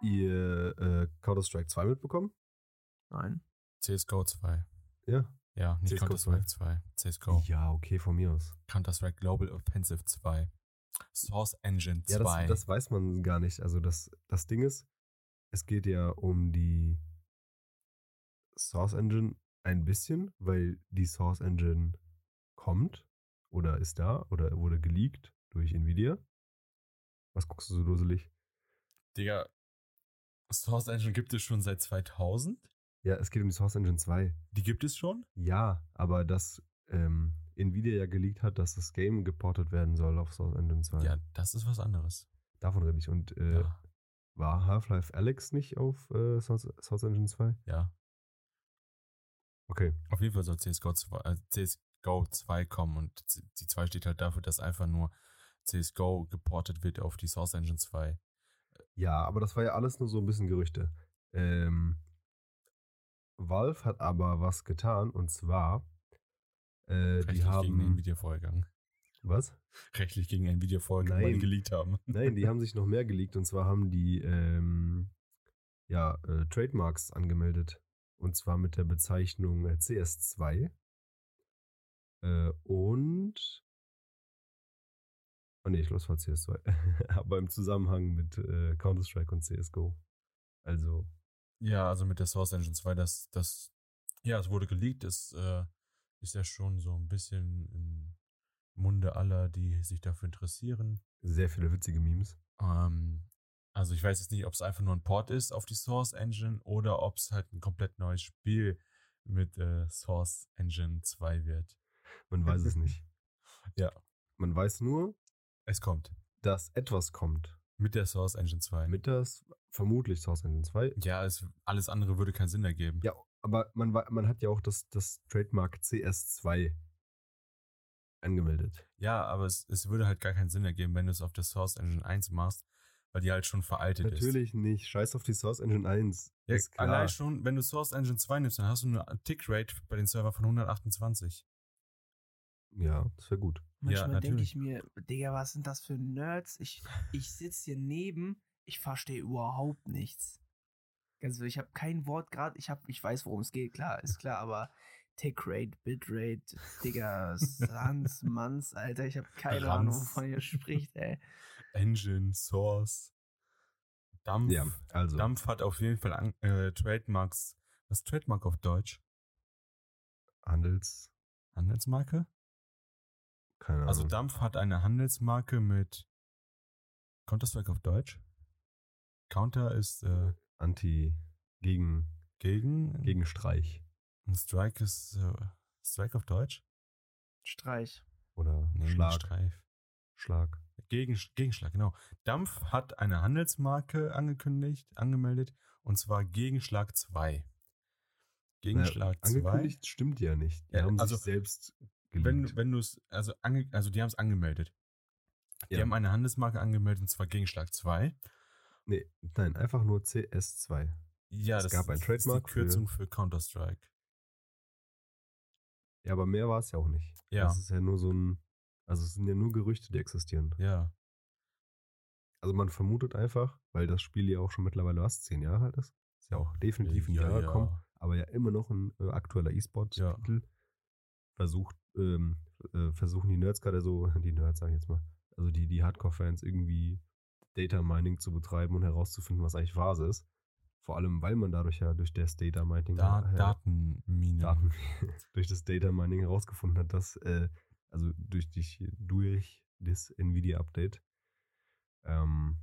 ihr äh, Counter-Strike 2 mitbekommen? Nein. CSGO 2. Ja. Ja, nicht CS:GO Counter-Strike 2. CSGO. Ja, okay, von mir aus. Counter-Strike Global Offensive 2. Source Engine 2. Ja, das, das weiß man gar nicht. Also das, das Ding ist, es geht ja um die Source Engine ein bisschen, weil die Source Engine kommt oder ist da oder wurde geleakt durch Nvidia. Was guckst du so dusselig? Digga, Source Engine gibt es schon seit 2000? Ja, es geht um die Source Engine 2. Die gibt es schon? Ja, aber dass ähm, Nvidia ja geleakt hat, dass das Game geportet werden soll auf Source Engine 2. Ja, das ist was anderes. Davon rede ich. Und äh, Ja, war Half-Life Alex nicht auf äh, Source, Source Engine 2? ja. Okay. Auf jeden Fall soll CSGO 2, äh, CSGO 2 kommen und z- die 2 steht halt dafür, dass einfach nur CSGO geportet wird auf die Source Engine 2. Ja, aber das war ja alles nur so ein bisschen Gerüchte. Ähm, Valve hat aber was getan und zwar, äh, die Rechtlich gegen haben. Nvidia vorgegangen. Was? Rechtlich gegen Nvidia vorgegangen, weil die Nein. geleakt haben. Nein, die haben sich noch mehr geleakt und zwar haben die ähm, ja, äh, Trademarks angemeldet. Und zwar mit der Bezeichnung äh, CS2. Äh, und. Oh nee, ich glaube, es war CS2. Aber im Zusammenhang mit äh, Counter-Strike und CSGO. Also, Ja, also mit der Source Engine 2, das, das, ja, es wurde geleakt, es äh, ist ja schon so ein bisschen im Munde aller, die sich dafür interessieren. sehr viele witzige Memes. Ähm, also ich weiß jetzt nicht, ob es einfach nur ein Port ist auf die Source Engine oder ob es halt ein komplett neues Spiel mit äh, Source Engine 2 wird. Man weiß es nicht. Ja. Man weiß nur, Es kommt. dass etwas kommt. Mit der Source Engine 2. Mit das vermutlich Source Engine 2. ja, es, alles andere würde keinen Sinn ergeben. Ja, aber man, wa- man hat ja auch das, das Trademark CS2 angemeldet. Ja, aber es, es würde halt gar keinen Sinn ergeben, wenn du es auf der Source Engine 1 machst, weil die halt schon veraltet ist. Natürlich nicht. Scheiß auf die Source Engine 1. Ja, ah, ist klar. Allein schon, wenn du Source Engine 2 nimmst, dann hast du eine Tickrate bei den Server von 128. Ja, das wäre gut. Ja, Manchmal denke natürlich. ich mir, Digga, was sind das für Nerds? Ich, ich sitze hier neben, ich verstehe überhaupt nichts. Ganz ehrlich, ich habe kein Wort gerade, ich, hab- ich weiß, worum es geht, klar, ist klar, aber Tech-Rate, Bitrate, Digga, Sans, Mans, Alter, ich habe keine Ranz. Ahnung, wovon ihr spricht, ey. Engine, Source, Dampf. Ja, also. Dampf hat auf jeden Fall an, äh, Trademarks. Was ist Trademark auf Deutsch? Handels. Handelsmarke? Keine Ahnung. Also Dampf hat eine Handelsmarke mit Counter-Strike auf Deutsch. Counter ist äh, Anti. Gegen. gegen, Gegenstreich. und Strike ist äh, Strike auf Deutsch? Streich. Oder Nee, Schlag. Streif. Schlag. Gegen, Gegenschlag, genau. Dampf hat eine Handelsmarke angekündigt, angemeldet, und zwar Gegenschlag 2. Gegenschlag Äh, 2. Angekündigt stimmt ja nicht. Die Ja, haben also, sich selbst Wenn, geleakt. wenn du es, also, ange, also die haben es angemeldet. Die Ja. haben eine Handelsmarke angemeldet, und zwar Gegenschlag 2. Nee, nein, einfach nur CS2. Ja, Es das gab ein Trademark ist die für- Kürzung für, Counter-Strike. Ja, aber mehr war es ja auch nicht. Ja. Das ist ja nur so ein. Also es sind ja nur Gerüchte, die existieren. Ja. Also man vermutet einfach, weil das Spiel ja auch schon mittlerweile was, zehn Jahre alt ist. Ist ja auch definitiv ein Jahr gekommen, aber ja immer noch ein äh, aktueller E-Sport-Titel. Versucht, ähm, äh, versuchen die Nerds gerade so, die Nerds sag ich jetzt mal, also die, die Hardcore-Fans irgendwie Data Mining zu betreiben und herauszufinden, was eigentlich Phase ist. Vor allem, weil man dadurch ja durch das Data Mining Da, her- Datenmine. äh, Daten durch das Data Mining herausgefunden hat, dass, äh, also durch, die, durch das NVIDIA-Update, ähm,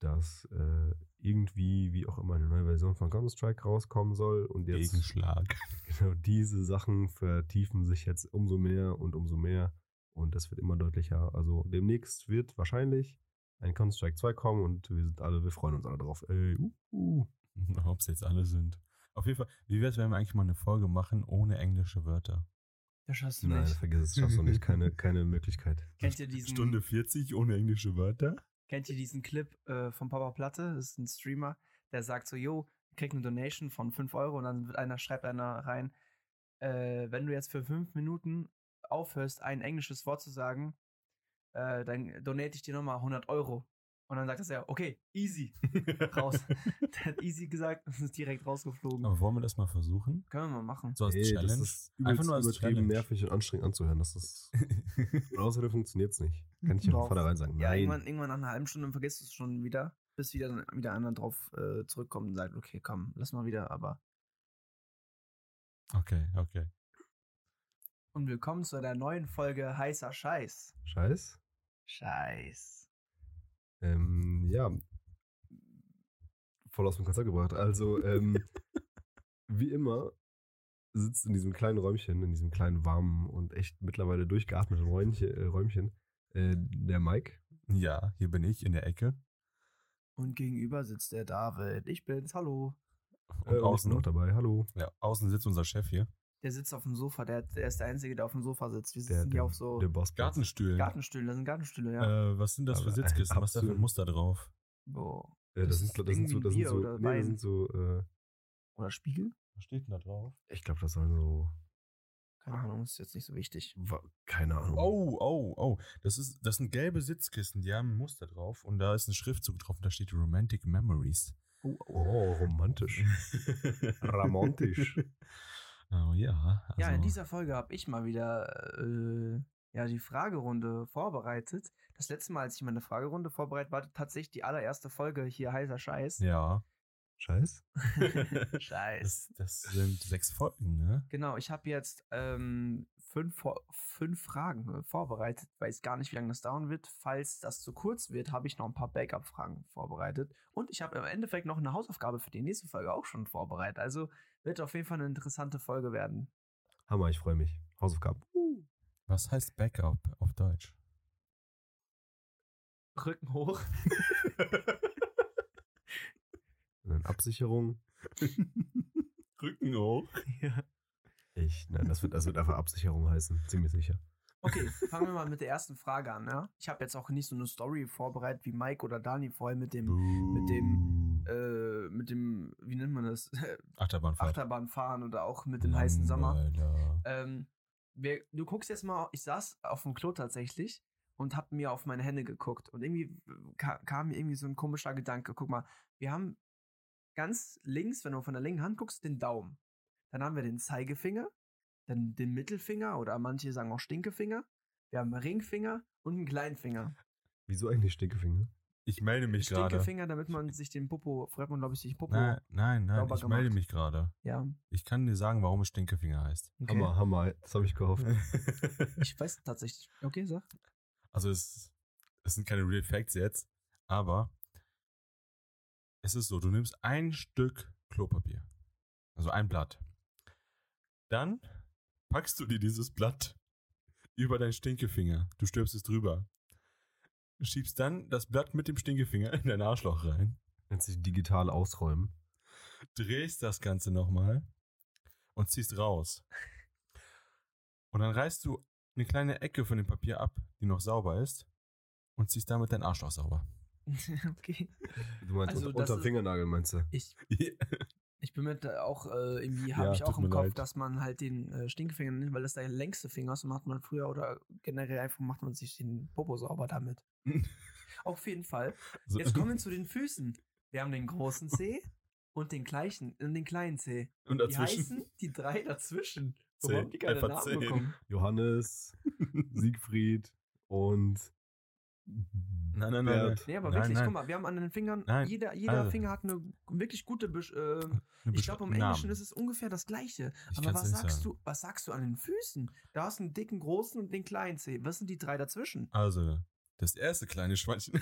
dass äh, irgendwie, wie auch immer, eine neue Version von Counter-Strike rauskommen soll und jetzt Gegenschlag. genau diese Sachen vertiefen sich jetzt umso mehr und umso mehr und das wird immer deutlicher. Also demnächst wird wahrscheinlich ein Counter-Strike 2 kommen und wir sind alle, wir freuen uns alle drauf. Ey, uh, uh. Ob es jetzt alle sind. Auf jeden Fall, wie wäre es, wenn wir eigentlich mal eine Folge machen ohne englische Wörter? Da schaffst du Nein, nicht. vergiss es, schaffst du nicht, keine, keine Möglichkeit. Kennt ihr diesen, 40 ohne englische Wörter? Kennt ihr diesen Clip äh, von Papa Platte? Das ist ein Streamer, der sagt so, yo, krieg eine Donation von 5 Euro und dann wird einer, schreibt einer rein, äh, wenn du jetzt für 5 Minuten aufhörst, ein englisches Wort zu sagen, äh, dann donate ich dir nochmal 100 Euro. Und dann sagt das er, okay, easy, raus. der hat easy gesagt und ist direkt Oh. rausgeflogen. Aber wollen wir das mal versuchen? Können wir mal machen. So als Ey, Challenge? das ist übelst, Einfach nur als übertrieben Challenge. nervig und anstrengend anzuhören. Das ist, und außerdem funktioniert es nicht. Kann ich ja von Doch. vornherein sagen. Ja, Nein. irgendwann, irgendwann nach einer halben Stunde vergisst du es schon wieder, bis wieder, dann wieder einer drauf äh, zurückkommt und sagt, okay, komm, lass mal wieder, aber. okay, okay. Und willkommen zu einer neuen Folge Heißer Scheiß. Scheiß. Scheiß. Ähm, ja. Voll aus dem Konzept gebracht. Also, ähm, wie immer sitzt in diesem kleinen Räumchen, in diesem kleinen, warmen und echt mittlerweile durchgeatmeten Räumchen, äh, Räumchen äh, der Mike. Ja, hier bin ich in der Ecke. Und gegenüber sitzt der David. Ich bin's, hallo. Äh, Und ich bin auch außen, dabei. Hallo. ja, außen sitzt unser Chef hier. Der sitzt auf dem Sofa, der, der ist der Einzige, der auf dem Sofa sitzt. Wir Der, sitzen hier der, auf so der Boss. Gartenstühlen. Gartenstühlen, das sind Gartenstühle, ja. Äh, was sind das für Aber, äh, Sitzkissen? Was ist da für ein absolut. Muster drauf? Boah. Äh, das, Das sind, so- das sind so, klingt wie das sind Bier so, oder nee, Wein. das sind so, äh, Oder Spiegel? Was steht denn da drauf? ich glaube, das sollen so, Keine Ah. Ahnung, ist jetzt nicht so wichtig. wa- keine Ahnung. Oh, oh, oh. Das, ist, das sind gelbe Sitzkissen, die haben ein Muster drauf und da ist ein Schriftzug drauf und da steht Romantic Memories. Oh, oh. Oh, romantisch. Ramontisch. Oh ja. Also, Ja, in dieser Folge habe ich mal wieder äh, ja, die Fragerunde vorbereitet. Das letzte Mal, als ich meine Fragerunde vorbereitet war, tatsächlich die allererste Folge hier heißer Scheiß. Ja. Scheiß. Scheiß. Das, das sind sechs Folgen, ne? Genau, ich habe jetzt ähm, fünf, vor- fünf Fragen äh, vorbereitet. Weiß gar nicht, wie lange das dauern wird. Falls das zu kurz wird, habe ich noch ein paar Backup-Fragen vorbereitet. Und ich habe im Endeffekt noch eine Hausaufgabe für die nächste Folge auch schon vorbereitet. Also wird auf jeden Fall eine interessante Folge werden. Hammer, ich freue mich. Hausaufgaben. Was heißt Backup auf Deutsch? Rücken hoch. Und dann Absicherung. Rücken hoch. ja. Ich, nein, das wird, das wird einfach Absicherung heißen, ziemlich sicher. Okay, fangen wir mal mit der ersten Frage an. Ja? Ich habe jetzt auch nicht so eine Story vorbereitet wie Mike oder Dani vorher mit dem, Mit dem, äh, mit dem, wie nennt man das, Achterbahnfahrt. Achterbahnfahren oder auch mit dem heißen Sommer. Langweiler. Ähm, wer, du guckst jetzt mal, ich saß auf dem Klo tatsächlich und hab mir auf meine Hände geguckt und irgendwie ka kam mir irgendwie so ein komischer Gedanke. Guck mal, wir haben ganz links, wenn du von der linken Hand guckst, den Daumen. Dann haben wir den Zeigefinger, dann den Mittelfinger oder manche sagen auch Stinkefinger. Wir haben Ringfinger und einen Kleinfinger. Wieso eigentlich Stinkefinger? Ich melde mich gerade. Stinkefinger, damit man sich den Popo, fragt man glaube ich sich Popo. Nein, nein, nein, Sauber ich melde gemacht. mich gerade. Ja, Ich kann dir sagen, warum es Stinkefinger heißt. okay. Hammer, Hammer, das habe ich gehofft. Ich weiß tatsächlich. Okay, sag. also es, es sind keine Real Facts jetzt, aber es ist so, du nimmst ein Stück Klopapier, also ein Blatt. Dann packst du dir dieses Blatt über deinen Stinkefinger. Du stülpst es drüber. Schiebst dann das Blatt mit dem Stinkefinger in dein Arschloch rein. Nennt sich digital ausräumen. drehst das Ganze nochmal und ziehst raus. Und dann reißt du eine kleine Ecke von dem Papier ab, die noch sauber ist, und ziehst damit dein Arschloch sauber. okay. Du meinst Also, unter, das unter ist- Fingernagel, meinst du? Ich Ich bin mir da auch äh, irgendwie, habe Ja, ich tut auch im mir Kopf, leid. dass man halt den äh, Stinkefinger nimmt, weil das der längste Finger ist und macht man früher oder generell einfach macht man sich den Popo sauber damit. Auf jeden Fall. So, Jetzt kommen wir zu den Füßen. Wir haben den großen Zeh und den gleichen und den kleinen Zeh. und Die heißen die drei dazwischen. Wo Zeh. haben die keine Einfach Namen Zeh. bekommen? Johannes, Siegfried und. Nein, nein, nein, nein. Bert. Nee, aber Nein, wirklich, nein. guck mal, wir haben an den Fingern, Nein, jeder, jeder also- Finger hat eine wirklich gute, Besch äh, Ich Eine glaube, im Beschreibung- Englischen Namen. ist es ungefähr das Gleiche. Ich Aber kann's was nicht sagst sagen. du? Was sagst du an den Füßen? Da hast du einen dicken großen und den kleinen Zeh. Was sind die drei dazwischen? Also, das erste kleine Schweinchen.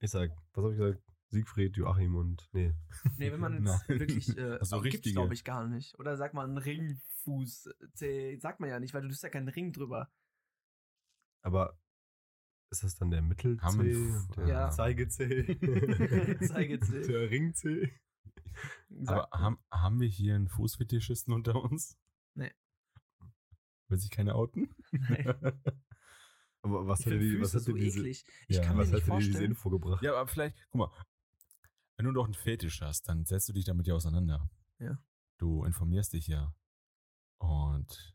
Ich sag, was habe ich gesagt? Siegfried, Joachim und. Nee. Nee, wenn man jetzt Nein. wirklich äh, Genau. Also gibt's richtige. glaube ich gar nicht. Oder sagt man einen Ringfuß Zeh? Sagt man ja nicht, weil du tust ja keinen Ring drüber. Aber ist das dann der Mittel? Haben wir einen F- der Ja. Zeigezeh. Zeigezeh. Der Ringzeh. Aber Sagt man. haben, haben wir hier einen Fußfetischisten unter uns? Nee. Will sich keiner outen? Nein. Aber was ich hat dir finde die- was Füße hat so dir diese, eklig. Ich Ja, kann mir was hat nicht dir diese vorstellen. Info gebracht? Ja, aber vielleicht, guck mal, wenn du doch einen Fetisch hast, dann setzt du dich damit ja auseinander. Ja. Du informierst dich ja. Und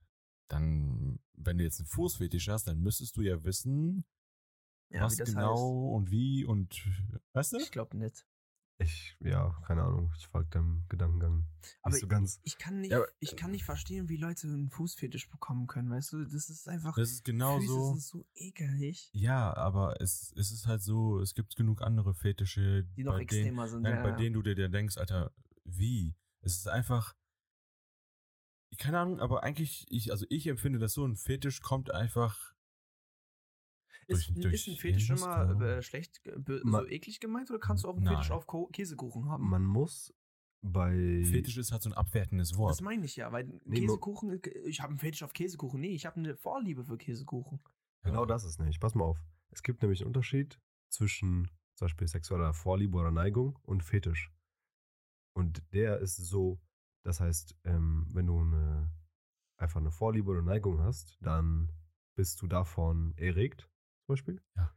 dann, wenn du jetzt einen Fußfetisch hast, dann müsstest du ja wissen, Ja, was wie das genau und wie und weißt du? heißt. Ich glaube nicht. Ich, ja, keine Ahnung. Ich folge deinem Gedankengang. Aber nicht so ganz. ich, kann nicht, Ja, aber- ich kann nicht verstehen, wie Leute einen Fußfetisch bekommen können, weißt du? Das ist einfach. Das ist Füße genauso. sind so ekelig, Ja, aber es, es ist halt so, es gibt genug andere Fetische, die noch bei, denen, extremer sind. nein, ja, bei ja. denen du dir dann denkst, Alter, wie? Es ist einfach. Keine Ahnung, aber eigentlich, ich, also ich empfinde das so, ein Fetisch kommt einfach. Ist, durch- durch ist ein Fetisch irgendwas, keine immer Ahnung. äh, schlecht, äh, be- Ma- so eklig gemeint oder kannst du auch einen Nein. Fetisch auf Ko Käsekuchen haben? Man muss bei. Fetisch ist halt so ein abwertendes Hm. Das Wort. meine ich ja, weil Nee, mo- Käsekuchen, äh, ich habe einen Fetisch auf Käsekuchen. Nee, ich habe eine Vorliebe für Käsekuchen. Genau das ist nämlich. Pass mal auf. Es gibt nämlich einen Unterschied zwischen zum Beispiel sexueller Vorliebe oder Neigung und Fetisch. Und der ist so, das heißt, ähm, wenn du eine, einfach eine Vorliebe oder Neigung hast, dann bist du davon erregt, zum Beispiel. Ja.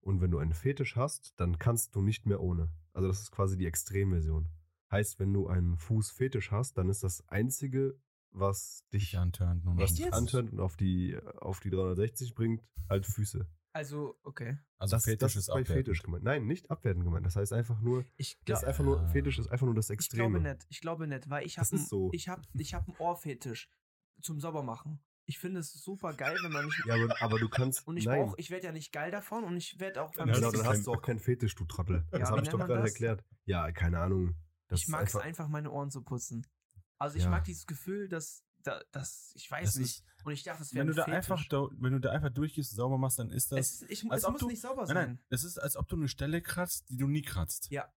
Und wenn du einen Fetisch hast, dann kannst du nicht mehr ohne. Also das ist quasi die Extremversion. Heißt, wenn du einen Fußfetisch hast, dann ist das Einzige, was dich Ich anturnt nun was Echt dich jetzt? anturnt und auf die, auf die 360 bringt, halt Füße. Also, okay. Also Fetisch ist bei abwertend. Fetisch gemeint. Nein, nicht abwertend gemeint. Das heißt einfach nur, Ich, glaub, das ist einfach nur, Ja. Fetisch ist einfach nur das ich glaube Extreme. nicht, ich glaube nicht, weil ich habe Das ist so. ich hab, ich hab einen Ohrfetisch zum Saubermachen. Ich finde es super geil, wenn man nicht. Ja, aber, aber du kannst. Und ich nein. brauch, ich werde ja nicht geil davon und ich werde auch Dann beim hast genau, du dann Sex- kein- hast du auch keinen Fetisch, du Trottel. Ja, Das wie habe ich nennt doch man gerade das? erklärt. Ja, keine Ahnung. Das ich ist mag es einfach- einfach, meine Ohren zu putzen. Also ich Ja. mag dieses Gefühl, dass, da- dass ich weiß Das nicht. ist, und ich dachte, es wäre wenn, du ein da Fetisch. einfach, da, wenn du da einfach durchgehst, sauber machst, dann ist das. es, ist- ich, als es ob muss du- nicht sauber Nein, sein. nein, es ist, als ob du eine Stelle kratzt, die du nie kratzt. Ja.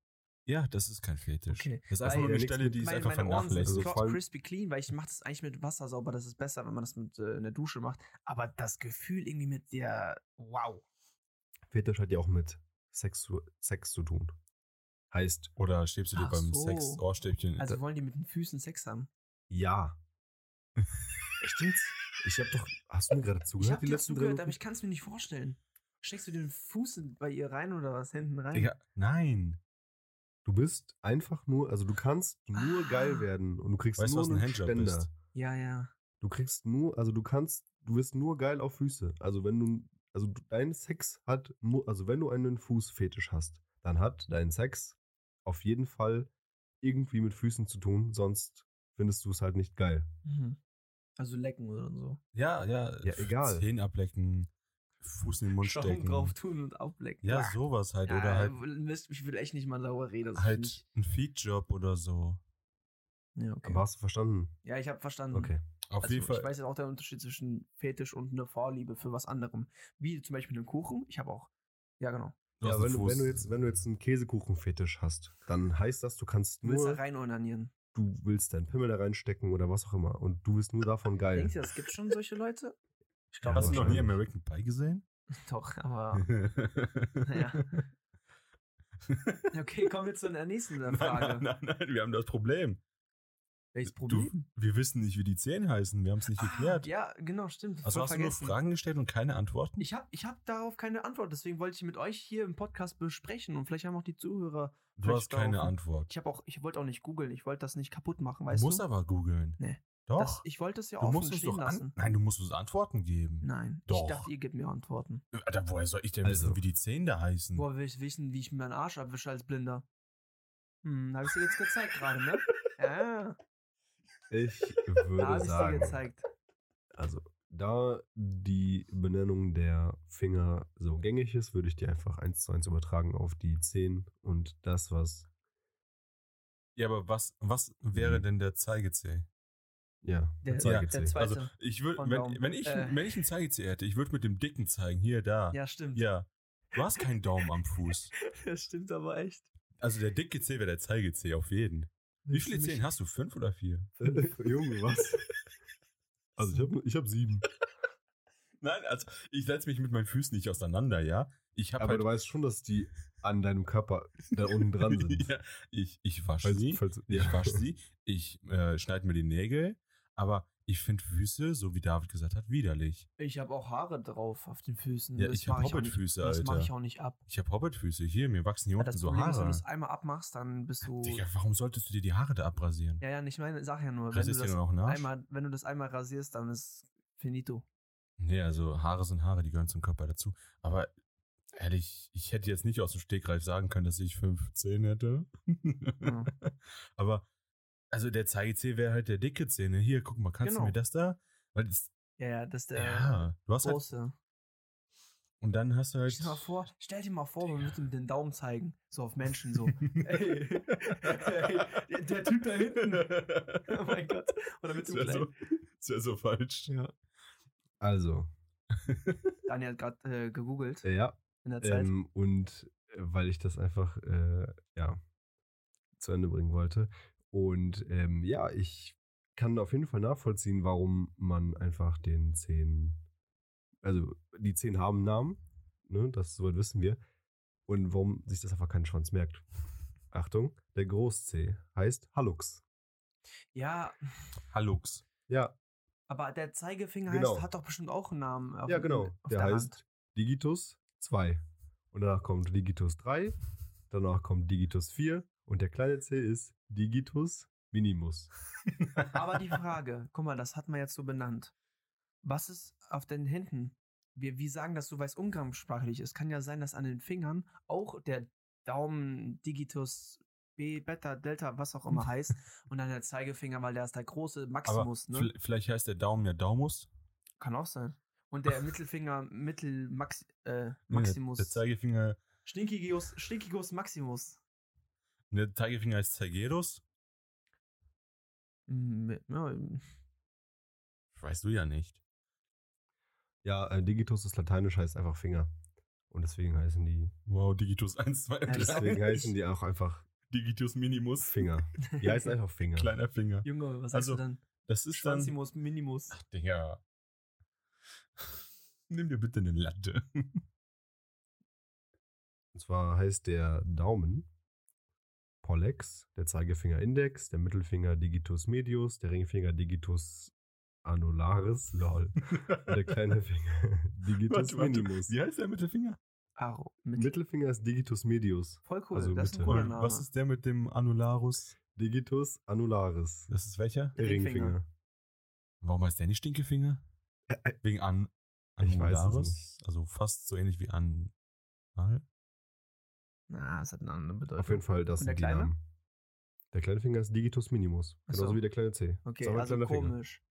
Ja, das ist kein Fetisch. Okay. Das ist einfach Weil- nur eine Ja, Stelle, die ist Meine- einfach meine Ohren sind Also vernachlässigt. klar. clock- vor allem- crispy clean, weil ich mache das eigentlich mit Wasser sauber. Das ist besser, wenn man das mit äh, einer Dusche macht. Aber das Gefühl irgendwie mit der, wow. Fetisch hat ja auch mit Sex zu, Sex zu tun. Heißt, Oder stäbst du dir Ach beim so. Sex Ohrstäbchen Also wollen die mit den Füßen Sex haben? ja. Echt jetzt? Ich habe doch. Hast du mir gerade ich zugehört, habe die dir letzten zugehört, drei aber ich Minuten? kann es mir nicht vorstellen. Steckst du den Fuß in- bei ihr rein oder was hinten rein? Digga, nein. Du bist einfach nur, also du kannst nur Ah. geil werden und du kriegst Weißt du, nur was ein einen Handjob Ständer. ist? Ja, ja. Du kriegst nur, also du kannst, du wirst nur geil auf Füße. Also wenn du, also du- dein Sex hat, mu- also wenn du einen Fußfetisch hast, dann hat dein Sex auf jeden Fall irgendwie mit Füßen zu tun, sonst findest du es halt nicht geil. Mhm. Also lecken oder so. Ja, ja. Ja, egal. Zehen ablecken, Fuß in den Mund stecken. Schaum drauf tun und auflecken. Ja, Bah. sowas halt. Ja, oder halt, Mist, ich will echt nicht mal sauer reden. das finde halt ich- ein Feedjob oder so. Ja, okay. Aber hast du verstanden? ja, ich habe Mhm. verstanden. Okay. Auf Also, jeden Fall. Ich weiß jetzt auch den Unterschied zwischen Fetisch und eine Vorliebe für was anderem. Wie zum Beispiel einen Kuchen. Ich habe auch. Ja, genau. du hast Ja, einen wenn, du, Fuß. wenn, du jetzt, wenn du jetzt einen Käsekuchenfetisch hast, dann heißt das, du kannst Du willst nur, da rein ordnieren. du willst deinen Pimmel da reinstecken oder was auch immer und du bist nur davon geil. Denkst du, es gibt schon solche Leute? Ich glaube, Hast du noch nie wahrscheinlich. American Pie gesehen? Doch, aber. Ja. Okay, kommen wir zu der nächsten Nein, Frage. nein, nein, nein, wir haben das Problem. Welches Du, wir wissen nicht, wie die Zehen heißen. Wir haben es nicht geklärt. Ah, ja, genau, stimmt. also Voll hast du nur Fragen gestellt und keine Antworten? Ich habe ich hab darauf keine Antwort, deswegen wollte ich mit euch hier im Podcast besprechen und vielleicht haben auch die Zuhörer. du hast vielleicht keine darauf- Antwort. Ich habe auch, ich wollte auch nicht googeln, ich wollte das nicht kaputt machen, Du weißt musst du? aber googeln. Nee. Das, Doch. ich wollte das ja du offen musst uns stehen doch an lassen. Nein, du musst uns Antworten geben. Nein, Doch. ich dachte, ihr gebt mir Antworten. Alter, woher soll ich denn Also. wissen, wie die Zehen da heißen? Boah, will ich wissen, wie ich meinen Arsch abwische als Blinder? Hm, habe ich dir jetzt gezeigt gerade, ne? Ja, Ich da würde habe ich dir sagen. gezeigt. Also, da die Benennung der Finger so gängig ist, würde ich die einfach eins zu eins übertragen auf die Zehen und das, was. Ja, aber was, was wäre Mhm. denn der Zeigezeh? Ja, Der, Ja, der Zeigezeh. zweite. Also, ich würde, Von wenn, Daumen. wenn, ich, Äh. wenn ich einen Zeigezeh hätte, ich würde mit dem dicken zeigen, hier, da. ja, stimmt. Ja. Du hast keinen Daumen am Fuß. Das stimmt aber echt. Also der dicke Zeh wäre der Zeigezeh auf jeden. Wie Willst du viele mich- Zehen hast du? Fünf oder vier? Junge, was? Also, ich habe ich hab sieben. Nein, also ich setze mich mit meinen Füßen nicht auseinander, ja? Ich habe Aber halt, du weißt schon, dass die an deinem Körper da unten dran sind. ja, ich, ich wasche Falls- sie, falls- ich ja. wasche sie, ich äh, schneide mir die Nägel, aber ich finde Füße, so wie David gesagt hat, widerlich. Ich habe auch Haare drauf auf den Füßen. Ja, Das ich habe mach auch nicht- Hobbitfüße, Das mache ich Alter. auch nicht ab. Ich habe Hobbitfüße. Hier, mir wachsen hier Ja, unten das so Problem ist, wenn Haare. du es einmal abmachst, dann bist du. Digga, warum solltest du dir die Haare da abrasieren? Ja, ja, ich meine, sag ja nur, wenn du Rasierst du dir das noch einen Arsch? einmal, wenn du das einmal rasierst, dann ist Finito. Nee, also Haare sind Haare, die gehören zum Körper dazu. Aber ehrlich, ich hätte jetzt nicht aus dem Stegreif sagen können, dass ich 15 hätte. Mhm. Aber, also der Zeigezeh wäre halt der dicke Zähne. Hier, guck mal, kannst Genau. Äh, du mir das da? Weil das, Ja, ja, das ist der ja, du hast halt, große. und dann hast du halt. Stell dir mal vor, stell dir mal vor, man würde mit dem Daumen zeigen, so auf Menschen so. Ey, der- der Typ da hinten. Oh mein Gott. Oder mit Das dem wäre so, Kleinen. das wär so falsch. Also, Daniel hat gerade äh, gegoogelt äh, ja. in der Zeit. Ähm, und äh, weil ich das einfach, äh, ja, zu Ende bringen wollte. Und ähm, ja, ich kann auf jeden Fall nachvollziehen, warum man einfach den zehn, also die zehn haben einen Namen, ne, das soweit wissen wir. Und warum sich das einfach kein Schwanz merkt. Achtung, der Groß-C heißt Hallux. Ja, Hallux. Ja, aber der Zeigefinger Genau. heißt, hat doch bestimmt auch einen Namen. Auf, ja genau. Auf der, Der heißt Hand. Digitus 2. Und danach kommt Digitus 3, danach kommt Digitus 4 und der kleine C ist Digitus Minimus. Aber die Frage, guck mal, das hat man jetzt so benannt. Was ist auf den Händen? Wir, wie sagen das so, weil es umgangssprachlich ist? Kann ja sein, dass an den Fingern auch der Daumen, Digitus, B, Beta, Delta, was auch immer heißt. Und dann der Zeigefinger, weil der ist der große Aber Maximus, ne? vi- vielleicht heißt der Daumen ja Daumus. Kann auch sein. Und der Mittelfinger, Mittel, Max, äh, Nee, der- Maximus. Ne, Der Zeigefinger, Stinkigius, Stinkigius Maximus. der Ne, Zeigefinger heißt Zeigerus. Mm, ja, Weißt du ja nicht. Ja, äh, Digitus ist lateinisch, heißt einfach Finger. Und deswegen heißen die, Wow, Digitus 1, 2 Ja, und ich sag- 3. deswegen heißen die auch einfach Digitus Minimus. Finger. Die heißen einfach Finger. Kleiner Finger. Junge, was Also, heißt du dann? Das ist dann. Schwanzimus, Minimus. Ach, Digga. Nimm dir bitte eine Latte. Und zwar heißt der Daumen Pollex, der Zeigefinger Index, der Mittelfinger Digitus Medius, der Ringfinger Digitus Anularis, lol. Und der kleine Finger Digitus Warte, warte. Minimus. Wie heißt der Mittelfinger? Aro. Mittel. Mittelfinger ist Digitus Medius, Voll cool, Also das ist ein Mitte. cooler Und Name. Was ist der mit dem Anularus? Digitus Anularis, Das ist welcher? der Ringfinger. Warum heißt der nicht Stinkefinger? Wegen An Ich weiß es Anularus? Also fast so ähnlich wie An. Al? Na, es hat eine andere Bedeutung. Auf jeden Fall, das Und sind der die kleine? Namen. Der kleine Finger ist Digitus Minimus, Ach genauso so. wie der kleine C. Okay, Ist aber ein also kleiner Finger. komisch.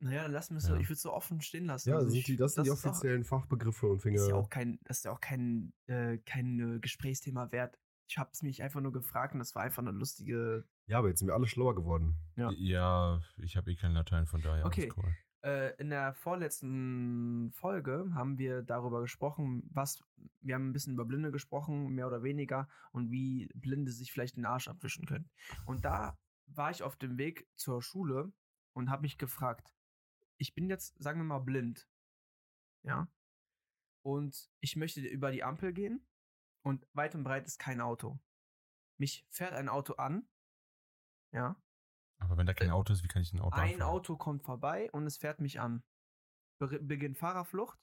Naja, dann lassen wir es so. Ja. Ich würde es so offen stehen lassen. Ja, also das ich, sind die, das sind die ist auch- offiziellen Fachbegriffe und Finger. Ist ja auch kein, das ist ja auch kein, äh, kein äh, Gesprächsthema wert. Ich habe es mich einfach nur gefragt und das war einfach eine lustige. Ja, aber jetzt sind wir alle schlauer geworden. Ja. Ja, ich habe eh kein Latein, von daher Okay. alles cool. Äh, in der vorletzten Folge haben wir darüber gesprochen, was wir haben ein bisschen über Blinde gesprochen, mehr oder weniger, und wie Blinde sich vielleicht den Arsch abwischen können. Und da war ich auf dem Weg zur Schule und habe mich gefragt, ich bin jetzt, sagen wir mal, blind. Ja. Und ich möchte über die Ampel gehen und weit und breit ist kein Auto. Mich fährt ein Auto an. Ja. Aber wenn da kein Auto ist, wie kann ich ein Auto Ein anfahren? Auto kommt vorbei und es fährt mich an. Be beginnt Fahrerflucht.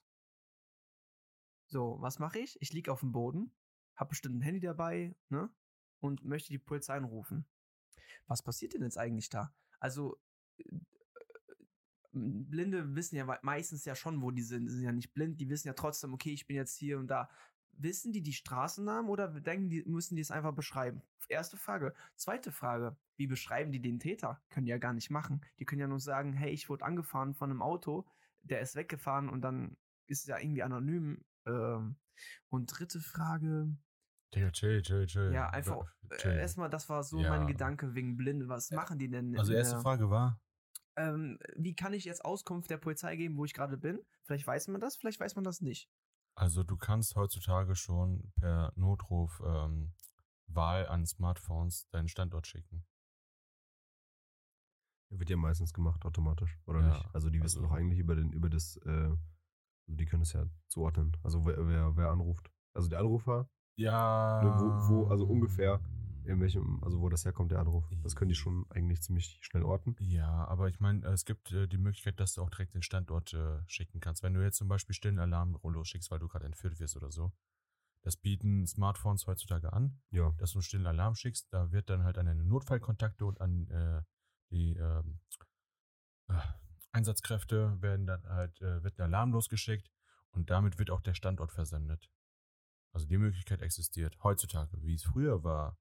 So, was mache ich? Ich liege auf dem Boden, habe bestimmt ein Handy dabei, ne? Und möchte die Polizei anrufen. Was passiert denn jetzt eigentlich da? Also, äh, Blinde wissen ja wei- meistens ja schon, wo die sind. Die sind ja nicht blind, die wissen ja trotzdem, okay, ich bin jetzt hier und da. Wissen die die Straßennamen oder denken die, müssen die es einfach beschreiben? Erste Frage. Zweite Frage, wie beschreiben die den Täter? Können die ja gar nicht machen. Die können ja nur sagen, hey, ich wurde angefahren von einem Auto, der ist weggefahren und dann ist ja irgendwie anonym. Ähm, und dritte Frage, Digga, chill, chill, chill. ja, einfach äh, Chill. erstmal, das war so Ja. mein Gedanke wegen Blinden. Was machen die denn? in Also erste der- Frage war, Ähm, wie kann ich jetzt Auskunft der Polizei geben, wo ich gerade bin? Vielleicht weiß man das, vielleicht weiß man das nicht. also du kannst heutzutage schon per Notruf ähm, Wahl an Smartphones deinen Standort schicken. Wird ja meistens gemacht, automatisch, oder Ja, nicht? Also die wissen also- doch eigentlich über den, über das, äh, also die können es ja zuordnen. Also wer, wer, wer anruft. Also der Anrufer, Ja. Ne, wo- wo- also ungefähr in welchem, also wo das herkommt, der Anruf. Das können die schon eigentlich ziemlich schnell orten. Ja, aber ich meine, es gibt äh, die Möglichkeit, dass du auch direkt den Standort äh, schicken kannst. Wenn du jetzt zum Beispiel stillen Alarm losschickst, weil du gerade entführt wirst oder so. Das bieten Smartphones heutzutage an, Ja. dass du einen stillen Alarm schickst. Da wird dann halt an deine Notfallkontakte und an äh, die ähm, äh, Einsatzkräfte werden dann halt, äh, wird ein Alarm losgeschickt und damit wird auch der Standort versendet. Also die Möglichkeit existiert heutzutage, wie es früher war.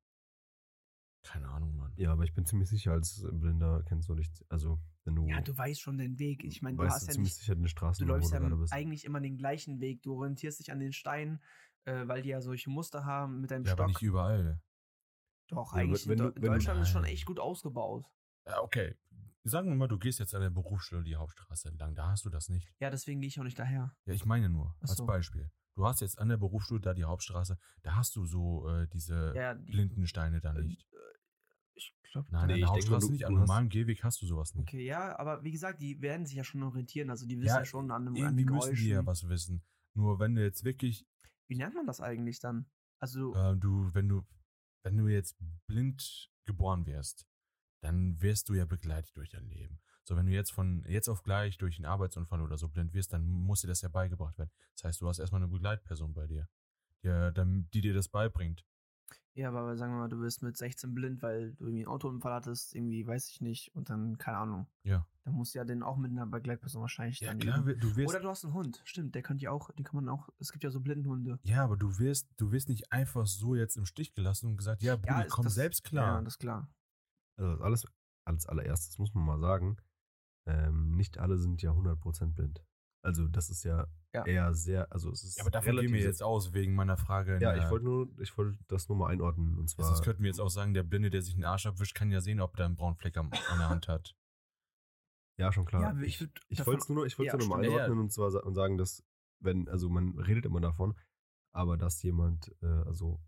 Keine Ahnung, Mann. Ja, aber ich bin ziemlich sicher, als Blinder kennst du nicht, also wenn du, Ja, du weißt schon den Weg. Ich meine, du weißt hast du ja ziemlich nicht. sicher den Du Straßen, läufst wo ja du gerade bist. eigentlich immer den gleichen Weg. Du orientierst dich an den Steinen, äh, weil die ja solche Muster haben mit deinem Ja, aber Stock. nicht überall. Doch, Ja, eigentlich wenn- wenn in du- wenn Deu- du- Deutschland ist schon Nein. echt gut ausgebaut. Ja, okay. Sagen wir mal, du gehst jetzt an der Berufsschule die Hauptstraße entlang. Da hast du das nicht. Ja, deswegen gehe ich auch nicht daher. Ja, ich meine nur, Ach als so. Beispiel. Du hast jetzt an der Berufsschule da die Hauptstraße. Da hast du so äh, diese Ja, die, Blindensteine da äh, nicht. ich glaube. Nein, Nee, ich an der denk mal, Hauptstraße du- nicht. du Am hast- normalen Gehweg hast du sowas nicht. Okay, ja, aber wie gesagt, die werden sich ja schon orientieren. Also die wissen ja, Ja, schon an einem an Irgendwie den müssen die ja Geräuschen. was wissen. Nur wenn du jetzt wirklich, Wie lernt man das eigentlich dann? Also, äh, du, wenn du, wenn du jetzt blind geboren wärst, dann wirst du ja begleitet durch dein Leben. So, wenn du jetzt von jetzt auf gleich durch einen Arbeitsunfall oder so blind wirst, dann muss dir das ja beigebracht werden. Das heißt, du hast erstmal eine Begleitperson bei dir, die, äh, die, die dir das beibringt. ja, aber sagen wir mal, du bist mit 16 blind, weil du irgendwie einen Autounfall hattest, irgendwie, weiß ich nicht, und dann, keine Ahnung. Ja. Dann musst du ja den auch mit einer Begleitperson wahrscheinlich Ja, dann klar, eben- wir- du wirst. Oder du hast einen Hund, stimmt, der könnte ja auch, den kann man auch, es gibt ja so Blindenhunde. ja, aber du wirst, du wirst nicht einfach so jetzt im Stich gelassen und gesagt, ja, Bruder, ist komm das- selbst Ja, klar. das ist klar. Also als, alles, als allererstes muss man mal sagen, ähm, nicht alle sind ja 100% blind. Also das ist ja, Ja. eher sehr, also es ist Ja, aber davon gehen wir relativ- jetzt aus, wegen meiner Frage. in äh, Ja, der- ich wollte nur, ich wollte das nur mal einordnen und zwar. Sonst könnten wir jetzt auch sagen, der Blinde, der sich einen Arsch abwischt, kann ja sehen, ob der einen braunen Fleck am, an der Hand hat. ja, schon klar. Ja, ich würd ich davon- wollte es nur, ich wollte ja, nur mal stimmt. Ja, ja. einordnen und zwar sa- und sagen, dass wenn, also man redet immer davon, aber dass jemand äh, also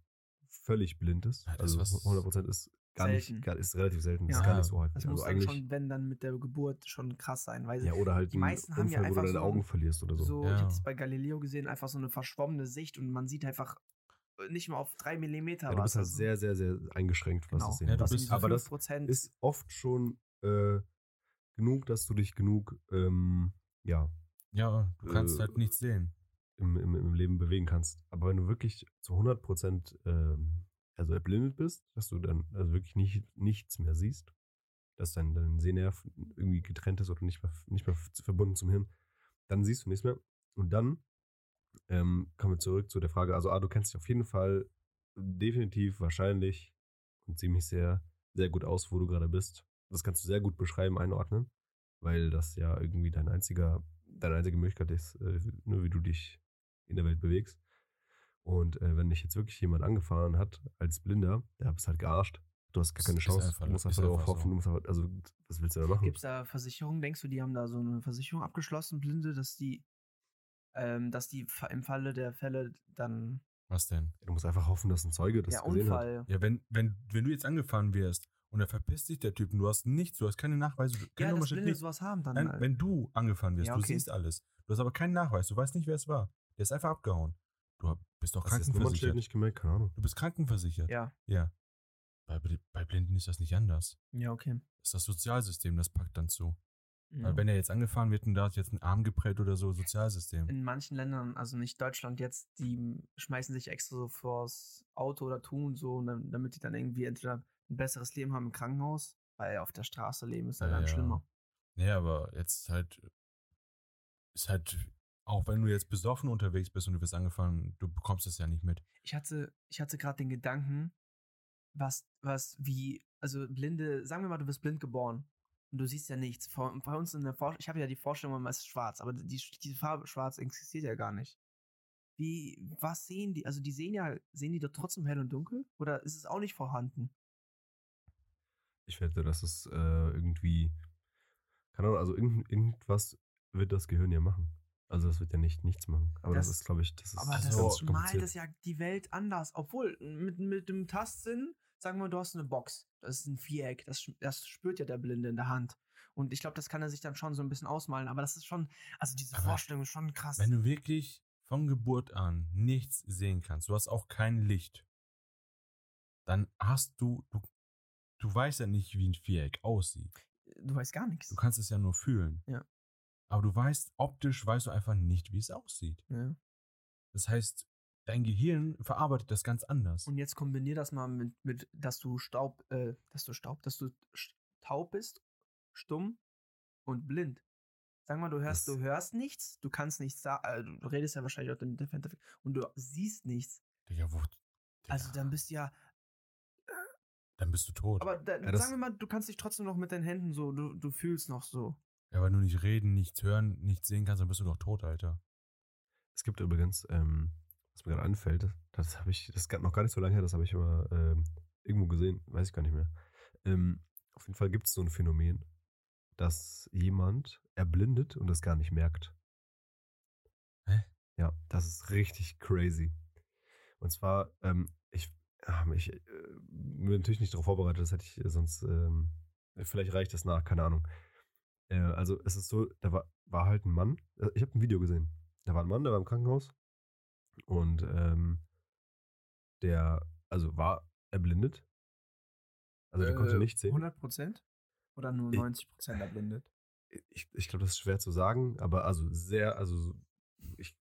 völlig blind ist, Ja, das also was- 100% ist gar Selten. nicht, gar, ist relativ selten, Ja. ist gar nicht so häufig. Das Also muss dann eigentlich, schon, wenn dann mit der Geburt schon krass sein, weil ja, oder halt die ein meisten haben ja Unfall, wo du einfach deine so ein- Augen verlierst oder so. so, ich Ja. habe es bei Galileo gesehen, einfach so eine verschwommene Sicht und man sieht einfach äh, nicht mal auf drei Millimeter ja, du was. bist halt Also, sehr, sehr, sehr eingeschränkt, was genau. das sehen Ja, angeht. du Also bist- diese aber das 5%, ist oft schon äh, genug, dass du dich genug ähm, ja, Ja, du kannst Äh, halt nichts sehen. im, im, im Leben bewegen kannst. Aber wenn du wirklich zu 100 Prozent ähm, also erblindet bist, dass du dann also wirklich nicht, nichts mehr siehst, dass dein, dein Sehnerv irgendwie getrennt ist oder nicht mehr, nicht mehr f- verbunden zum Hirn, dann siehst du nichts mehr. Und dann ähm, kommen wir zurück zu der Frage, also ah, du kennst dich auf jeden Fall definitiv, wahrscheinlich und ziemlich sehr, sehr gut aus, wo du gerade bist. Das kannst du sehr gut beschreiben, einordnen, weil das ja irgendwie dein einziger, deine einzige Möglichkeit ist, äh, nur wie du dich in der Welt bewegst. Und äh, wenn dich jetzt wirklich jemand angefahren hat als Blinder, der hat es halt gearscht. Du hast gar Ist- keine ist Chance. einfach- du musst ist einfach darauf einfach hoffen. so. Du musst einfach, also, was willst du da machen? Gibt es da Versicherungen? Denkst du, die haben da so eine Versicherung abgeschlossen, Blinde, dass die, ähm, dass die fa- im Falle der Fälle dann Was denn? Du musst einfach hoffen, dass ein Zeuge das der gesehen hat. Unfall. Ja, wenn, wenn, wenn du jetzt angefahren wirst und da verpisst sich der Typ und du hast nichts, du hast keine Nachweise, du- Ja, keine dass Nummernschild, Blinde nichts. sowas haben dann. Nein, äh, wenn du angefahren wirst, Ja, du okay. siehst alles. Du hast aber keinen Nachweis, du weißt nicht, wer es war. Der ist einfach abgehauen. Du bist doch Hast du das Nummernschild krankenversichert. nicht gemerkt? Keine Ahnung. Du bist krankenversichert. ja, ja. Bei, Bl- bei Blinden ist das nicht anders. ja, okay. Das ist das Sozialsystem, das packt dann zu. Ja. Weil Äh, wenn er jetzt angefahren wird und da ist jetzt ein Arm geprellt oder so, Sozialsystem. in manchen Ländern, also nicht Deutschland jetzt, die schmeißen sich extra so vors Auto oder tun so, und dann, damit die dann irgendwie entweder ein besseres Leben haben im Krankenhaus, weil auf der Straße leben ist halt dann Ja. schlimmer. Ja, aber jetzt halt ist halt, auch wenn du jetzt besoffen unterwegs bist und du wirst angefahren, du bekommst das ja nicht mit. Ich hatte, ich hatte gerade den Gedanken, was, was, wie, also Blinde, sagen wir mal, du bist blind geboren und du siehst ja nichts. Vor- Bei uns in der Forschung, ich habe ja die Vorstellung, man ist schwarz, aber die, die Farbe schwarz existiert ja gar nicht. Wie, was sehen die? Also die sehen ja, sehen die da trotzdem hell und dunkel? Oder ist es auch nicht vorhanden? Ich wette, das ist äh, irgendwie. Keine Ahnung, also irgend, irgendwas wird das Gehirn ja machen. Also das wird ja nicht nichts machen. Aber das, Das- ist, glaube ich, das ist Aber ist das so ganz malt kompliziert. das ja die Welt anders. Obwohl, mit, mit dem Tastsinn, sagen wir, du hast eine Box. Das ist ein Viereck. Das, sch- das spürt ja der Blinde in der Hand. Und ich glaube, das kann er sich dann schon so ein bisschen ausmalen. Aber das ist schon, also diese Aber Vorstellung ist schon krass. Wenn du wirklich von Geburt an nichts sehen kannst, du hast auch kein Licht, dann hast du, du, du weißt ja nicht, wie ein Viereck aussieht. du weißt gar nichts. Du kannst es ja nur fühlen. Ja. Aber du weißt, optisch weißt du einfach nicht, wie es aussieht. Ja. Das heißt, dein Gehirn verarbeitet das ganz anders. Und jetzt kombinier das mal mit, mit dass du Staub, äh, dass du Staub, dass du sch- taub bist, stumm und blind. Sag mal, du hörst, Das- du hörst nichts, du kannst nichts sagen, du redest ja wahrscheinlich auch mit der Fantasy und du siehst nichts. Digga, wo. Digga, Also dann bist du ja, dann bist du tot. aber dann, Ja, das- sagen wir mal, du kannst dich trotzdem noch mit den Händen so, du, du fühlst noch so. ja, weil du nicht reden, nichts hören, nichts sehen kannst, dann bist du doch tot, Alter. Es gibt übrigens, ähm, was mir gerade anfällt, das habe ich, das ist gar- noch gar nicht so lange her, das habe ich immer ähm, irgendwo gesehen, weiß ich gar nicht mehr. Ähm, auf jeden Fall gibt es so ein Phänomen, dass jemand erblindet und das gar nicht merkt. Hä? Ja, das ist richtig crazy. Und zwar, ähm, ich, ah, ich äh, bin natürlich nicht darauf vorbereitet, das hätte ich äh, sonst, ähm, vielleicht reicht das nach, keine Ahnung. Äh, also es ist so, da war, war halt ein Mann, äh, ich habe ein Video gesehen, da war ein Mann, der war im Krankenhaus und ähm, der, also war erblindet. Also der Äh, konnte nicht sehen. 100 Prozent? Oder nur Ich- 90 Prozent erblindet? Ich, ich glaube, das ist schwer zu sagen, aber also sehr, also so- ich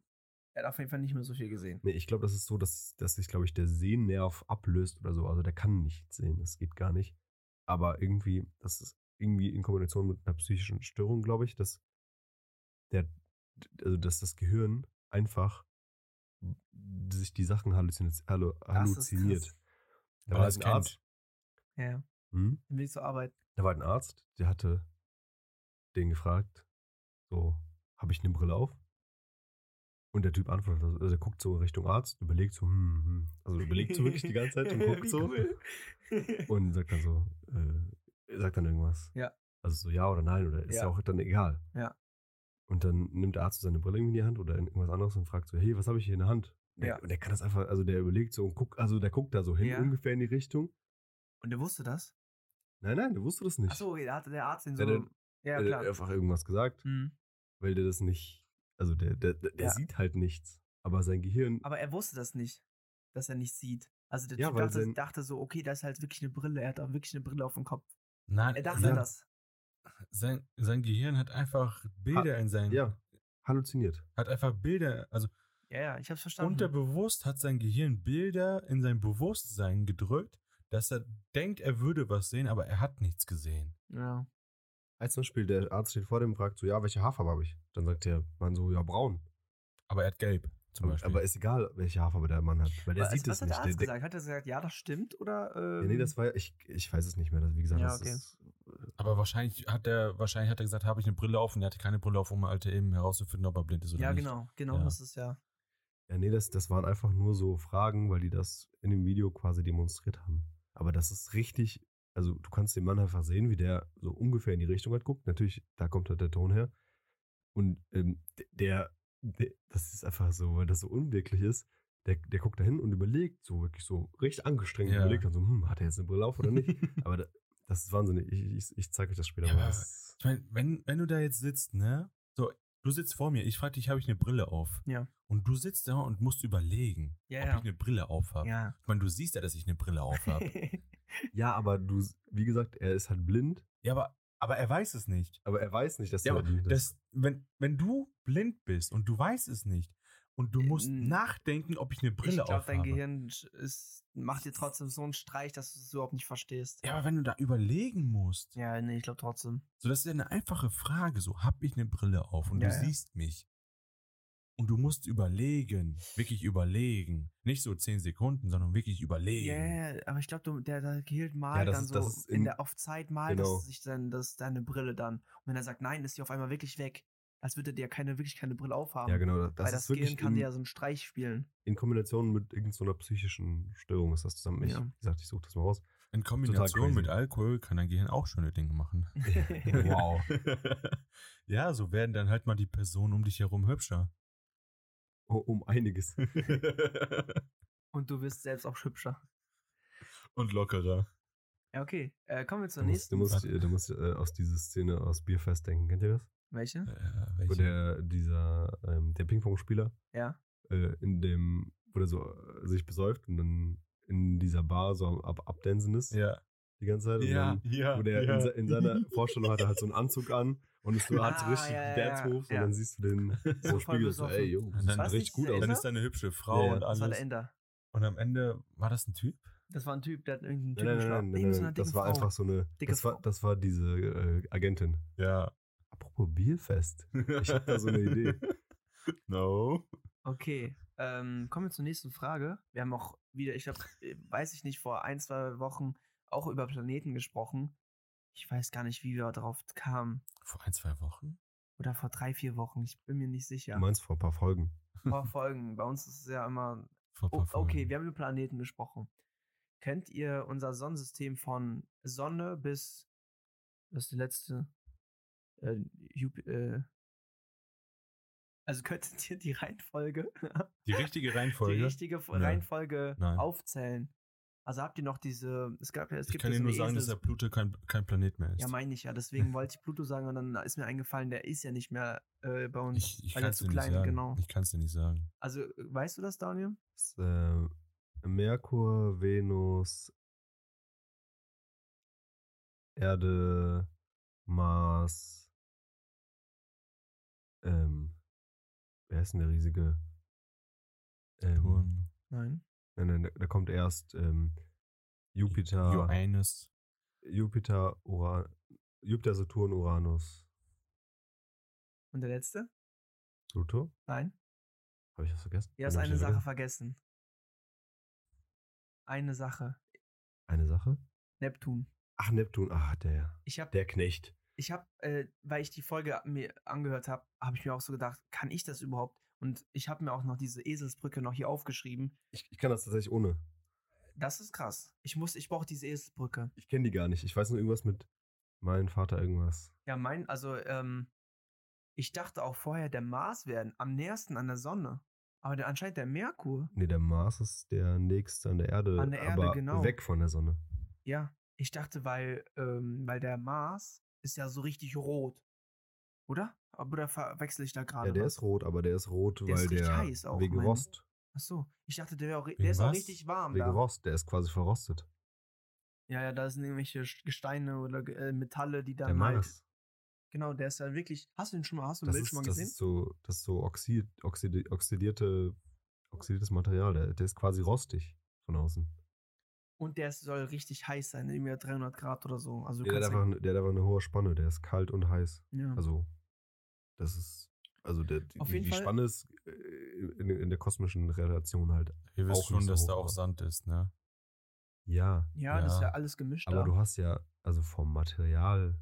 Er hat auf jeden Fall nicht mehr so viel gesehen. Nee, ich glaube, das ist so, dass, dass sich, glaube ich, der Sehnerv ablöst oder so. Also der kann nicht sehen, das geht gar nicht. Aber irgendwie, das ist irgendwie in Kombination mit einer psychischen Störung, glaube ich, dass der, also dass das Gehirn einfach sich die Sachen halluziniert. Hallo, Das ist krass. halluziniert. Da Weil war das halt ein kennt. Arzt. Ja, ja. Hm? Im Weg zur Arbeit. Da war ein Arzt, der hatte den gefragt, so, habe ich eine Brille auf? Und der Typ antwortet, also er guckt so Richtung Arzt, überlegt so, hm, hm. also überlegt so wirklich die ganze Zeit und guckt Wie so cool. und sagt dann so, äh, sagt dann irgendwas. Ja. Also so ja oder nein oder ist ja, Ja. auch dann egal. Ja. Und dann nimmt der Arzt so seine Brille irgendwie in die Hand oder irgendwas anderes und fragt so, hey, was habe ich hier in der Hand? Der, Ja. Und der kann das einfach, also der überlegt so und guckt, also der guckt da so hin Ja. ungefähr in die Richtung. Und er wusste das? Nein, nein, der wusste das nicht. Achso, da hatte der Arzt ihn so. Ja, der- äh, Ja, Er hat klar. einfach irgendwas gesagt. Mhm. weil der das nicht, also der, der, der der Ja. sieht halt nichts, aber sein Gehirn, Aber er wusste das nicht, dass er nicht sieht. Also der Ja, Typ weil dachte, sein- dachte so, okay, da ist halt wirklich eine Brille. Er hat auch wirklich eine Brille auf dem Kopf. Nein, Er dachte sein, das. Sein, sein Gehirn hat einfach Bilder in seinem. ja, halluziniert. Hat einfach Bilder, also Ja, ja, ich hab's verstanden. Unterbewusst hat sein Gehirn Bilder in sein Bewusstsein gedrückt, dass er denkt, er würde was sehen, aber er hat nichts gesehen. ja. Als zum Beispiel der Arzt steht vor dem und fragt so, ja, welche Haarfarbe habe ich? Dann sagt der Mann so, ja, braun. Aber er hat gelb, zum Aber, Beispiel. aber ist egal, welche Haarfarbe der Mann hat, weil der Aber sieht also, was es hat nicht. der Der, der, Arzt gesagt? Hat er gesagt, ja, das stimmt? Oder. ja, Ähm, nee, das war ja, ich, ich weiß es nicht mehr, das, wie gesagt, Ja, das okay. ist, Aber wahrscheinlich hat er, wahrscheinlich hat er gesagt, habe ich eine Brille auf und er hatte keine Brille auf, um halt eben herauszufinden, ob er blind ist oder Ja, nicht. genau. Genau, Ja. das ist ja. ja, nee, das, das waren einfach nur so Fragen, weil die das in dem Video quasi demonstriert haben. Aber das ist richtig, also du kannst den Mann einfach sehen, wie der so ungefähr in die Richtung halt guckt. Natürlich, da kommt halt der Ton her. Und ähm, d- der, der, das ist einfach so, weil das so unwirklich ist, der, der guckt da hin und überlegt so wirklich so richtig angestrengt Ja. überlegt dann so, hm, hat er jetzt eine Brille auf oder nicht? aber da, das ist wahnsinnig. Ich, ich, ich zeige euch das später Ja, mal. aber- Das, Ich meine, wenn, wenn du da jetzt sitzt, ne? So, du sitzt vor mir, ich frage dich, habe ich eine Brille auf? Ja. Und du sitzt da und musst überlegen, Ja, ob ja. ich eine Brille auf habe. Ja. Ich meine, du siehst ja, dass ich eine Brille auf habe. ja, aber du, wie gesagt, er ist halt blind, ja, aber, aber er weiß es nicht. aber er weiß nicht, dass Ja, er aber blind ist. das, wenn, wenn du blind bist und du weißt es nicht und du musst Ähm, nachdenken, ob ich eine ich Brille glaube, aufhabe. dein Gehirn ist, macht dir trotzdem so einen Streich, dass du es überhaupt nicht verstehst. Ja, aber wenn du da überlegen musst, Ja, nee, ich glaube trotzdem. so das ist ja eine einfache Frage, so hab ich eine Brille auf und Ja, du ja. siehst mich. Und du musst überlegen, wirklich überlegen. Nicht so 10 Sekunden, sondern wirklich überlegen. Ja, ja, ja, aber ich glaube, der, der Gehirn Ja, malt das dann ist- so das ist in, in- der auf Zeit malt, Genau. dass sich dann, dass deine Brille dann. Und wenn er sagt, nein, ist sie auf einmal wirklich weg, als würde der keine wirklich keine Brille aufhaben. ja, genau. Das, Weil das das ist wirklich Gehirn kann im- dir ja so einen Streich spielen. in Kombination mit irgendeiner psychischen Störung ist das zusammen. Ich, Ja. wie gesagt, ich suche das mal raus. In Total Kombination crazy. mit Alkohol kann dein Gehirn auch schöne Dinge machen. Wow. ja, so werden dann halt mal die Personen um dich herum hübscher. Oh, um einiges. Und du wirst selbst auch hübscher. und lockerer. Ja, okay. Äh, kommen wir Du zur musst, du nächsten. musst, du musst äh, aus dieser Szene aus Bierfest denken. Kennt ihr das? Welche? Äh, Wo welche? der, dieser, ähm, der Ping-Pong-Spieler, Ja. äh, in dem, wo der so äh, sich besäuft und dann in dieser Bar so am ab, Abdansen ist ja, die ganze Zeit. Und ja, dann, ja. Also wo der ja. in, se- in seiner Vorstellung hat er halt so einen Anzug an und ist so, hat so Ah, richtig ja, ja, Dance-Moves ja. und dann siehst du den so voll Spiegel so, besoffen. ey, Jungs. Und dann Was, richtig nicht gut dieser aus. Dann Ender? ist da eine hübsche Frau Ja, und ja. Das war der alles. Ender. Und am Ende war das ein Typ? Das war ein Typ, der hat Nein, irgendeinen Typen nein, nein, geschlagen. nein, nein, Irgend so eine das dicke war Frau. einfach so eine, Dicke das war, Frau. das war diese äh, Agentin. Ja. Apropos Bierfest. Ich hab da so eine Idee. No. Okay, ähm, kommen wir zur nächsten Frage. Wir haben auch wieder, ich habe, weiß ich nicht, vor ein, zwei Wochen auch über Planeten gesprochen. Ich weiß gar nicht, wie wir darauf kamen. Vor ein, zwei Wochen? Oder vor drei, vier Wochen. Ich bin mir nicht sicher. Du meinst vor ein paar Folgen. Vor Folgen. Bei uns ist es ja immer. Vor ein paar Oh, Folgen. okay, wir haben über Planeten gesprochen. Kennt ihr unser Sonnensystem von Sonne bis. Was ist die letzte? Äh, Jup äh, also könntet ihr die Reihenfolge, Die richtige die Reihenfolge. richtige Fo- Nein. Reihenfolge Nein. aufzählen? Also habt ihr noch diese. Es gab ja, es ich gibt kann ja so dir nur eine sagen, dass Esels- der Pluto kein, kein Planet mehr ist. Ja, meine ich ja. Deswegen wollte ich Pluto sagen und dann ist mir eingefallen, der ist ja nicht mehr äh, bei uns. ich ich weil er kann es zu dir nicht klein, sagen. genau. Ich kann es dir nicht sagen. Also, äh, weißt du das, Daniel? Das, äh, Merkur, Venus, Erde, Mars. Ähm, wer ist denn der riesige? Ähm, Saturn, Nein. nein, nein, da, da kommt erst ähm, Jupiter. Uranus. Jupiter, Uran, Jupiter, Saturn, Uranus, Und der letzte? Pluto. Nein. Habe ich das vergessen? Ihr habt Hab ich eine das Sache vergessen? vergessen. Eine Sache. Eine Sache? Neptun. Ach, Neptun. Ach, der. Ich habe, Der Knecht. ich habe, äh, weil ich die Folge mir angehört habe, habe ich mir auch so gedacht, kann ich das überhaupt? Und ich habe mir auch noch diese Eselsbrücke noch hier aufgeschrieben. Ich, ich kann das tatsächlich ohne. Das ist krass. Ich muss, ich brauche diese Eselsbrücke. Ich kenne die gar nicht. Ich weiß nur irgendwas mit meinem Vater irgendwas. Ja, mein, also, ähm, ich dachte auch vorher, der Mars wäre am nächsten an der Sonne. Aber der, anscheinend der Merkur. Nee, der Mars ist der nächste an der Erde. An der Erde, aber genau. Weg von der Sonne. Ja, ich dachte, weil, ähm, weil der Mars ist ja so richtig rot. Oder? Oder verwechsel ich da gerade? Ja, der was? ist rot, aber der ist rot, Der ist weil richtig der. heiß auch, wegen mein- Rost. Ach so, ich dachte, der, wär auch, ri- Wegen der ist auch was? richtig warm Wegen da. Rost. Der ist quasi verrostet. Ja, ja, da sind irgendwelche Sch- Gesteine oder Ge- äh, Metalle, die der dann halt. Mars. Genau, der ist ja wirklich. Hast du den schon mal, hast du Das den Bild ist, schon mal das gesehen? ist so, das ist so oxid, oxid, oxidierte, oxidiertes Material. Der, der ist quasi rostig von außen. Und der ist- soll richtig heiß sein, irgendwie 300 Grad oder so. Also du Der hat, kannst einfach, eine- der hat einfach eine hohe Spanne, der ist kalt und heiß. ja. Also, das ist, also der, die, Auf die jeden die Fall- Spanne ist äh, in, in der kosmischen Relation halt. Ihr wisst Auch schon, nicht so dass hoch, da auch aber- Sand ist, ne? Ja, ja, das ist ja. ja alles gemischt aber da. du hast ja, also vom Material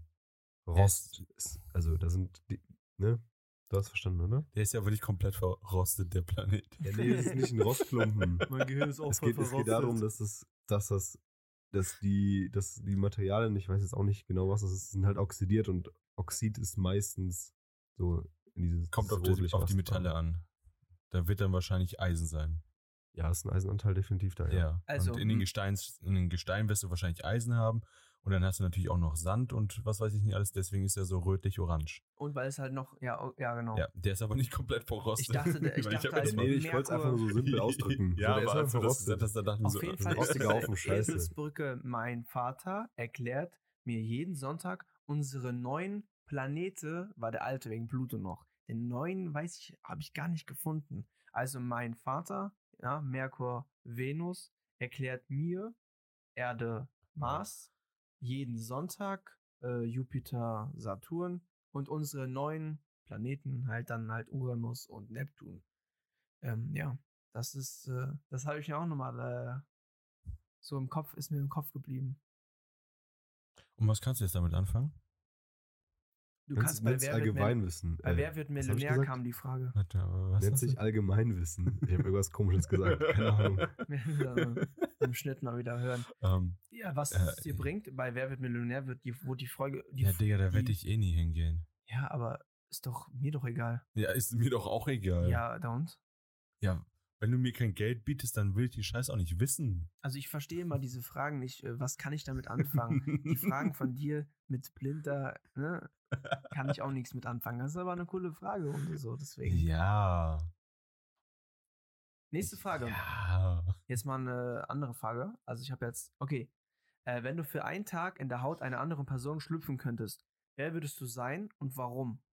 Rost, ist, also da sind, die, ne? Du hast verstanden, oder? Der ist ja aber nicht komplett verrostet, der Planet. Ja, nee, das ist nicht ein Rostklumpen. mein Gehirn ist auch es, geht, es geht darum, dass es, dass das, dass die, dass die Materialien, ich weiß jetzt auch nicht genau was, das ist, sind halt oxidiert und Oxid ist meistens so in dieses Kommt auf, dieses das, rotliche auf die Rost. Metalle an. Da wird dann wahrscheinlich Eisen sein. Ja, ist ein Eisenanteil definitiv da. Ja. Ja. Also, und in den, hm. Gesteins, in den Gestein wirst du wahrscheinlich Eisen haben. Und dann hast du natürlich auch noch Sand und was weiß ich nicht alles. Deswegen ist er so rötlich-orange. Und weil es halt noch. Ja, oh, ja genau. Ja, der ist aber nicht komplett verrostet. Ich dachte, der- ich Weil dachte, hab als jetzt Nee, mal- nee, ich wollte es einfach nur so simpel ausdrücken. ja, so, der aber als also ist du einfach das gesagt verrostet. hast, dann dachte ich mir Auf so, jeden äh, Fall ist rostiger die Haufen Scheiße. Eselsbrücke. Mein Vater erklärt mir jeden Sonntag unsere neuen Planete, war der alte wegen Pluto noch. Den neuen weiß ich, habe ich gar nicht gefunden. Also mein Vater, ja, Merkur, Venus, erklärt mir Erde, Mars, jeden Sonntag äh, Jupiter, Saturn und unsere neuen Planeten halt dann halt Uranus und Neptun. Ähm, ja, das ist, äh, das habe ich ja auch nochmal äh, so im Kopf, ist mir im Kopf geblieben. Und was kannst du jetzt damit anfangen? Du Nenn's- kannst bei nenn's wer, wird Mil- Allgemeinwissen. bei Äh, wer wird was hab ich Millionär gesagt? kam die Frage. Warte, aber was Nennt hast du? sich Allgemeinwissen. Ich habe irgendwas Komisches gesagt. Keine Ahnung. Oh Im Schnitt mal wieder hören. ähm, Ja, was Äh, es dir bringt, bei Wer wird Millionär wird die, wo die Folge. Die, ja, Digga, da die- werde ich eh nie hingehen. Ja, aber ist doch mir doch egal. Ja, ist mir doch auch egal. Ja, da und? Ja, wenn du mir kein Geld bietest, dann will ich den Scheiß auch nicht wissen. Also ich verstehe immer diese Fragen nicht, äh, was kann ich damit anfangen? die Fragen von dir mit blinder, ne, kann ich auch nichts mit anfangen. Das ist aber eine coole Frage und so, deswegen. Ja. Nächste Frage. Ja. Jetzt mal eine andere Frage. Also ich habe jetzt, okay, äh, wenn du für einen Tag in der Haut einer anderen Person schlüpfen könntest, wer würdest du sein und warum?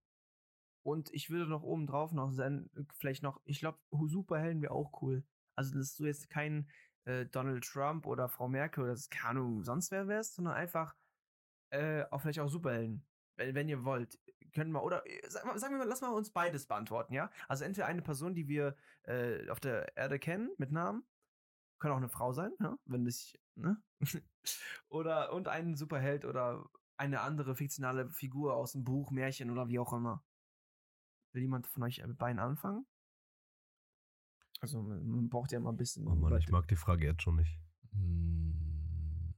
Und ich würde noch oben drauf noch sein, vielleicht noch, ich glaube, Superhelden wäre auch cool. Also dass du jetzt kein äh, Donald Trump oder Frau Merkel oder das- keine Ahnung, sonst wer wärst, sondern einfach äh, auch vielleicht auch Superhelden. Wer- wenn, wenn ihr wollt, können wir, oder äh, sag mal- sagen wir mal, lass mal uns beides beantworten, ja? Also entweder eine Person, die wir äh, auf der Erde kennen, mit Namen, kann auch eine Frau sein, ja? wenn das, ne? oder, und einen Superheld oder eine andere fiktionale Figur aus dem Buch, Märchen oder wie auch immer. Will jemand von euch mit beiden anfangen? Also man, man braucht ja mal ein bisschen. Oh Mann, ich mag die Frage jetzt schon nicht. Mm.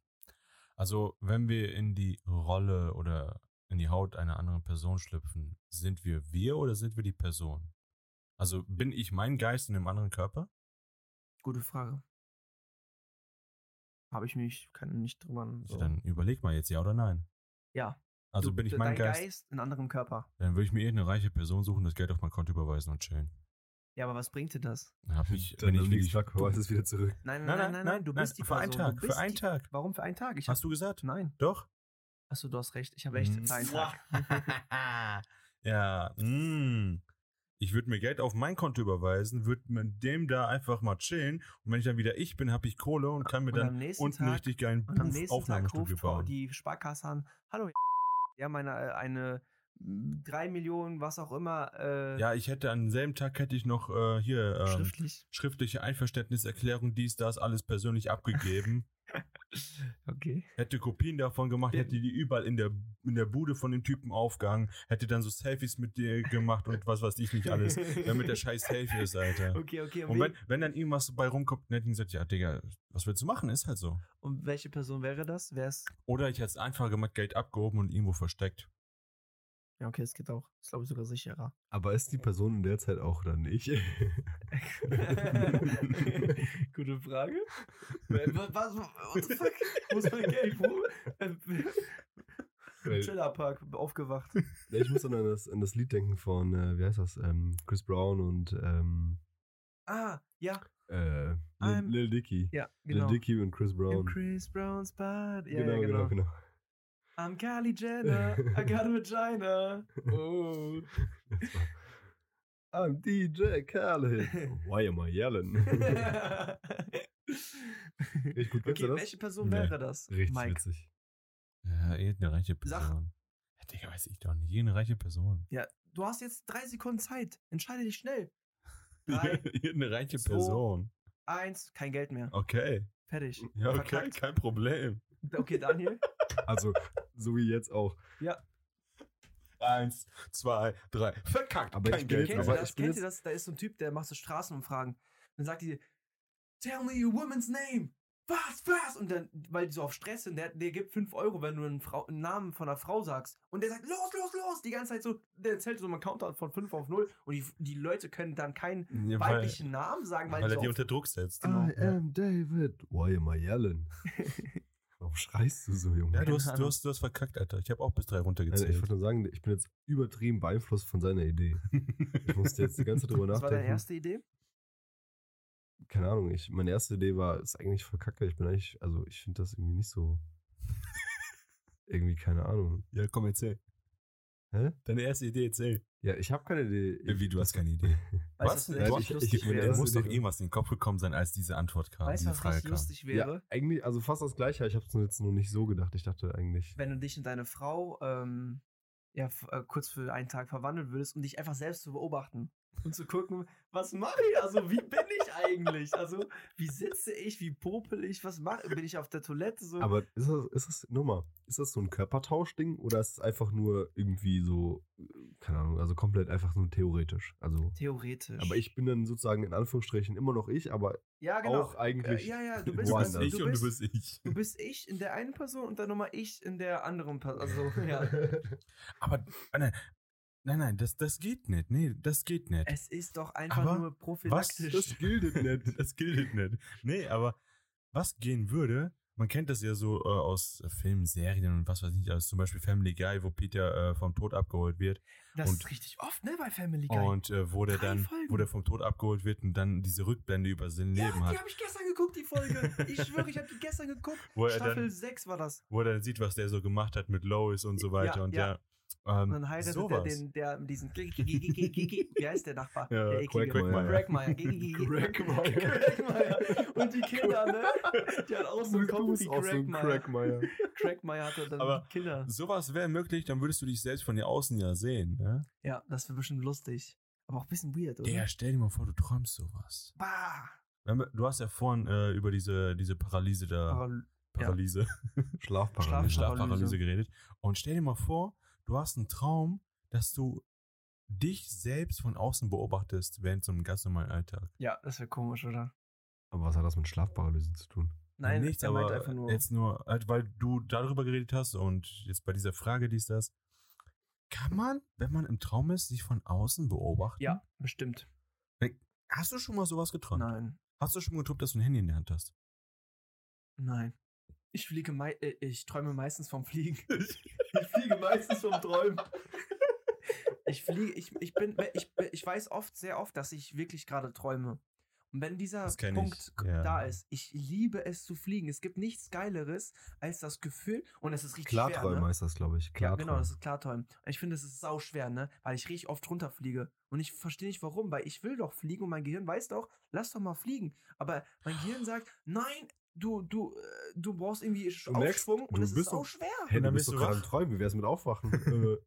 Also, wenn wir in die Rolle oder in die Haut einer anderen Person schlüpfen, sind wir wir oder sind wir die Person? Also, bin ich mein Geist in dem anderen Körper? Gute Frage. Habe ich mich, kann nicht drüber. Ja, Also dann überleg mal jetzt ja oder nein. Ja. Also, Du- bin ich de- mein dein Geist? in anderem Körper. Dann würde ich mir irgendeine reiche Person suchen, das Geld auf mein Konto überweisen und chillen. Ja, aber was bringt dir das? Dann hab ich, Dann wenn am ich nächsten wirklich, Tag war es wieder zurück. Nein, nein, nein, nein, nein, du bist die Für einen Person, du Tag, für bist einen die- Tag. Warum für einen Tag? Ich Hast du Mhm. gesagt? Nein. Doch. Achso, du hast recht. Ich habe echt für einen Tag. Hm. ja, mm. ich würde mir Geld auf mein Konto überweisen, würde mit dem da einfach mal chillen und wenn ich dann wieder ich bin, habe ich Kohle und kann mir Und dann am nächsten unten Tag, richtig geilen und am Puff nächsten Tag Aufnahmestudio ruft Frau- bauen. die Sparkasse an. Hallo, wir haben eine, äh, eine mm, drei Millionen, was auch immer, äh, Ja, ich hätte an selben Tag hätte ich noch äh, hier ähm, schriftlich. schriftliche Einverständniserklärung, dies, das, alles persönlich abgegeben. Okay. Hätte Kopien davon gemacht, Ja. hätte die überall in der, in der Bude von dem Typen aufgehangen, hätte dann so Selfies mit dir gemacht und was weiß ich nicht alles, damit der scheiß Selfie ist, Alter. Okay, okay. Und, Und wenn, wen- wenn dann irgendwas bei rumkommt, ne, dann hätte ich gesagt, ja, Digga, was willst du machen? Ist halt so. und welche Person wäre das? Wer ist. Oder ich hätte es einfach gemacht, Geld abgehoben und irgendwo versteckt. Ja, okay, es geht auch. Ist, glaube ich, sogar sicherer. Aber ist die Person in der Zeit auch dann ich? Gute Frage. Äh, Was, was, what the fuck? Wo ist mein Geld? Wo? Äh, Im Weil, Chillerpark aufgewacht. Ja, ich muss dann an das, an das Lied denken von, äh, wie heißt das, ähm, Chris Brown und ähm, Ah, ja, äh, Lil, I'm- Lil Dicky. ja, genau. Lil Dicky und Chris Brown. Im Chris Brown's Bad. Ja, genau, ja, genau, genau. genau, I'm Kylie Jenner. I got a vagina. Oh. Das war- I'm DJ Khaled. Why am I yelling? Richtig gut, kennst okay, du das? welche Person Nee. wäre das? Richtig Mike. witzig. Ja, irgendeine reiche Sag- Person. Ja, Digga, weiß ich doch nicht. Irgendeine reiche Person. Ja, du hast jetzt drei Sekunden Zeit. Entscheide dich schnell. Drei, irgendeine reiche zwei, Person. eins, kein Geld mehr. Okay. Fertig. Ja, okay, Verkackt. kein Problem. Okay, Daniel. Also, so wie jetzt auch. Eins, zwei, drei. Verkackt. Aber kein ich bin Geld. jetzt- Kennt aber ihr mehr. das? ich bin Kennt ihr jetzt- das? Da ist so ein Typ, der macht so Straßenumfragen. Dann sagt die, tell me your woman's name. Was, was? Und dann, weil die so auf Stress sind, der, der gibt 5 Euro, wenn du einen, Frau, einen Namen von einer Frau sagst. Und der sagt, los, los, los. Die ganze Zeit so, der zählt so einen Countdown von 5 auf 0. Und die, die Leute können dann keinen Ja, weil, weiblichen Namen sagen, weil, weil er die die so Ah. unter Druck setzt. I am David. Why am I yelling? Warum schreist du so, Junge? Ja, du Keine hast, du, Ahnung. hast, du hast verkackt, Alter. Ich habe auch bis drei Also, ich runtergezählt. wollte nur sagen, ich bin jetzt übertrieben beeinflusst von seiner Idee. Ich musste jetzt die ganze Zeit drüber Das war nachdenken. deine erste Idee? Keine Ahnung, ich, meine erste Idee war, ist eigentlich voll kacke. Ich bin eigentlich, also ich finde das irgendwie nicht so. irgendwie, keine Ahnung. ja, komm, erzähl. Hä? Deine erste Idee, erzähl. Ja, ich habe keine Idee. Ich, Wie, du hast keine Idee. Weißt du, was Was? Nein, richtig Äh, ich- lustig ich- mir Mir erste wäre? muss muss Idee doch war- irgendwas in den Kopf gekommen sein, als diese Antwort kam, Weißt du, diese was Frage richtig kam. lustig wäre? eigentlich, also fast das gleiche. Ich habe es jetzt nur nicht so gedacht. Ich dachte eigentlich. wenn du dich in deine Frau ähm, ja, f- äh, kurz für einen Tag verwandeln würdest, um dich einfach selbst zu beobachten und zu gucken, was mache ich? Also, wie bin ich eigentlich? Also, wie sitze ich? Wie popel ich? Was mache Bin ich auf der Toilette? So? Aber ist das, ist das, nochmal, ist das so ein Körpertauschding oder ist es einfach nur irgendwie so, äh, keine Ahnung, also komplett einfach nur theoretisch? Also, Theoretisch. aber ich bin dann sozusagen in Anführungsstrichen immer noch ich, aber ja, genau. auch eigentlich. Äh, ja, ja, du Du bist, bist woanders. du, ich bist, und du bist ich. du bist ich in der einen Person und dann nochmal ich in der anderen Person. Also, ja. Aber ah, nein, nein, nein, das, das geht nicht. Nee, das geht nicht. Es ist doch einfach Aber nur was? prophylaktisch. Das gilt nicht. Das gilt nicht. Nee, aber was gehen würde, man kennt das ja so äh, aus Filmen, Serien und was weiß ich, nicht, also zum Beispiel Family Guy, wo Peter äh, vom Tod abgeholt wird. Das und- ist richtig oft, ne, bei Family Oh, Guy. Und äh, wo der Drei dann, Folgen. wo der vom Tod abgeholt wird und dann diese Rückblende über sein ja, Leben die hat. habe ich gestern geguckt, die Folge. Ich schwöre, ich habe die gestern geguckt. Wo er Staffel dann- Ähm, 6 war das. wo er dann sieht, was der so gemacht hat mit Lois und so weiter Ja, und ja. ja. Ähm, Und dann heiratet er sowas. den, der mit diesen. Wie heißt der Nachbar? Ja, der Quackmeier. Quackmeier. Quackmeier. Und die Kinder, ne? Die hat auch so einen Du Kopf bist wie auch so ein Quackmeier. Crackmeier. Quackmeier hatte dann Aber- die Kinder. Sowas wäre möglich, dann würdest du dich selbst von hier außen ja sehen, ne? Ja, das wäre bestimmt lustig. Aber auch ein bisschen weird, oder? Digga, stell dir mal vor, du träumst sowas. Bah! Wir haben- Du hast ja vorhin äh, über diese, diese Paralyse da. Aber Paralyse. Schlafparalyse. Schlaf- Schlafparalyse Schlafparalyse. geredet. Und stell dir mal vor, du hast einen Traum, dass du dich selbst von außen beobachtest, während so einem ganz normalen Alltag. ja, das wäre komisch, oder? Aber was hat das mit Schlafparalyse zu tun? Nein, nichts, er meint aber einfach nur. jetzt nur, halt, weil du darüber geredet hast und jetzt bei dieser Frage dies, das. Kann man, wenn man im Traum ist, sich von außen beobachten? ja, bestimmt. Hast du schon mal sowas geträumt? Nein, Hast du schon mal geträumt, dass du ein Handy in der Hand hast? nein. Ich fliege mei äh, ich träume meistens vom Fliegen. Ich fliege meistens vom Träumen. Ich fliege, ich, ich bin, ich, ich weiß oft, sehr oft, dass ich wirklich gerade träume. Und wenn dieser Das kenn Punkt ich, ja. da ist, ich liebe es zu fliegen. Es gibt nichts Geileres als das Gefühl, und es ist richtig schwer. Klarträumer Ne? ist das, glaube ich. Ah, Ja, genau, Klarträumen. das ist Klarträumen. Ich finde, es ist sau schwer, ne? Weil ich richtig oft runterfliege. Und ich verstehe nicht warum, weil ich will doch fliegen und mein Gehirn weiß doch, lass doch mal fliegen. Aber mein Gehirn sagt, nein, du, du, äh, du brauchst irgendwie Du merkst, Aufschwung und du es ist bist doch- sau schwer. Hey, du Dann bist bist um du doch gerade wach. im Träumen. Wie wär's mit Aufwachen? äh,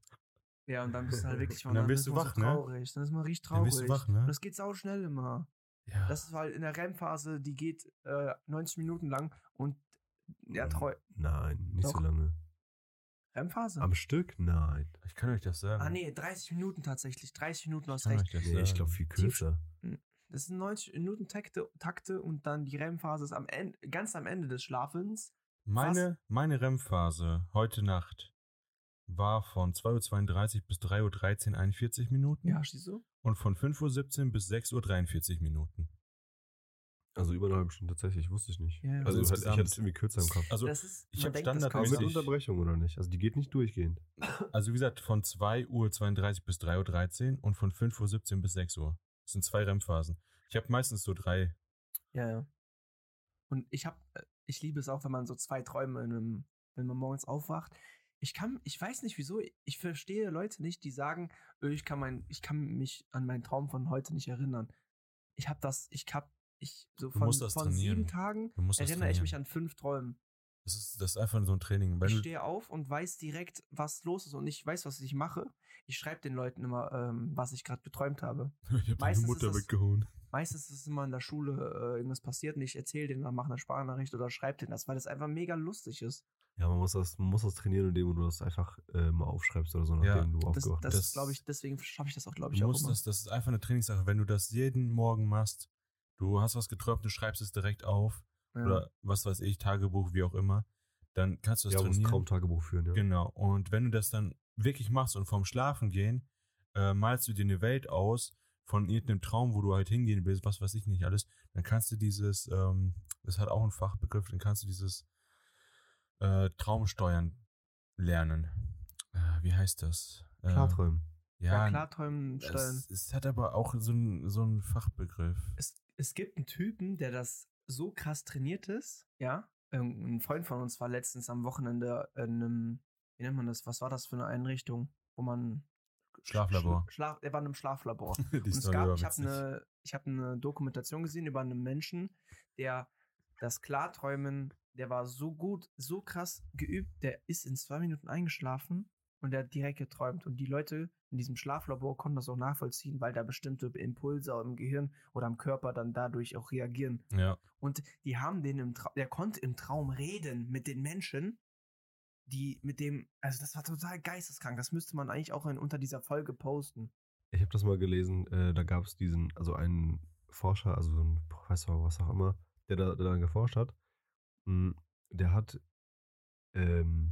Ja, und dann bist du halt wirklich Und dann dann bist ist du man wach, so ne? traurig. Dann ist man richtig Dann traurig. bist du wach, ne? Und das geht sau schnell immer. Ja. Das ist halt in der REM-Phase, die geht äh, 90 Minuten lang und Mhm. ja, treu. nein, nicht so Doch. lange. REM-Phase? Am Stück? Nein. ich kann euch das sagen. Ah, nee, 30 Minuten tatsächlich. 30 Minuten Ich hast kann recht. euch das Nee, ich sagen. glaube viel kürzer. Das sind 90 Minuten Takte, Takte und dann die REM-Phase ist am Ende, ganz am Ende des Schlafens. Meine, meine REM-Phase heute Nacht war von 2.32 Uhr bis 3.13 Uhr 41 Minuten siehst du? und von 5.17 Uhr bis 6.43 Uhr Minuten. Also über eine halbe Stunde tatsächlich, wusste ich nicht. Ja, ja. Also, Also ich hatte- ich insgesamt- hatte es irgendwie kürzer im Kopf. Also, das ist, ich man hab denkt, das Aber standardmäßig- mit kommt- richtig. Unterbrechung oder nicht? Also die geht nicht durchgehend. also wie gesagt, von 2.32 Uhr bis 3.13 Uhr und von 5.17 Uhr bis 6 Uhr. Das sind zwei REM-Phasen. Ich habe meistens so drei. Ja, ja. Und ich habe, ich liebe es auch, wenn man so zwei Träume in einem, wenn man morgens aufwacht. Ich kann, ich weiß nicht wieso, ich verstehe Leute nicht, die sagen, "Ö, ich kann mein, ich kann mich an meinen Traum von heute nicht erinnern. Ich habe das, ich hab, ich so Du von, musst das von trainieren. sieben Tagen Du musst das erinnere ich trainieren. mich an fünf Träumen. Das ist, das ist einfach so ein Training. Wenn ich du, stehe auf und weiß direkt, was los ist und ich weiß, was ich mache. Ich schreibe den Leuten immer, ähm, was ich gerade geträumt habe. ich meistens hab meine ist Mutter das- weggehauen. Meistens ist es immer in der Schule äh, irgendwas passiert und ich erzähle denen, dann mache eine Sprachnachricht oder schreibe denen das, weil das einfach mega lustig ist. Ja, man muss das, man muss das trainieren, indem du das einfach äh, mal aufschreibst oder so, Ja, nachdem du Das, aufgewacht bist. das, Oh das- ist, glaube ich, deswegen schaffe ich das auch, glaube ich, Du auch musst immer. das, das ist einfach eine Trainingssache. Wenn du das jeden Morgen machst, du hast was geträumt, du schreibst es direkt auf ja. oder was weiß ich, Tagebuch, wie auch immer, dann kannst du das Ja, man muss trainieren. Traumtagebuch führen, ja. Genau. Und wenn du das dann wirklich machst und vorm Schlafen gehen, äh, malst du dir eine Welt aus von irgendeinem Traum, wo du halt hingehen willst, was weiß ich nicht alles, dann kannst du dieses, ähm, das hat auch einen Fachbegriff, dann kannst du dieses äh, Traumsteuern lernen. Äh, wie heißt das? Äh, Klarträumen. ja, Ja, klar, träumen, steuern. es, es hat aber auch so einen so einen Fachbegriff. es, es gibt einen Typen, der das so krass trainiert ist, ja. Ein Freund von uns war letztens am Wochenende in einem, wie nennt man das, was war das für eine Einrichtung, wo man Schlaflabor. Schla- Schlaf, er war in einem Schlaflabor. Die Und es Story gab, war ich habe witzig. eine, ich hab ne eine Dokumentation gesehen über einen Menschen, der das Klarträumen, der war so gut, so krass geübt, der ist in zwei Minuten eingeschlafen und der hat direkt geträumt. Und die Leute in diesem Schlaflabor konnten das auch nachvollziehen, weil da bestimmte Impulse im Gehirn oder am Körper dann dadurch auch reagieren. Ja, Und die haben den im Traum, der konnte im Traum reden mit den Menschen, die mit dem, also das war total geisteskrank. Das müsste man eigentlich auch in, unter dieser Folge posten. Ich habe das mal gelesen, äh, da gab es diesen, also einen Forscher, also ein Professor, was auch immer, der da der daran geforscht hat. Mm, Der hat ähm,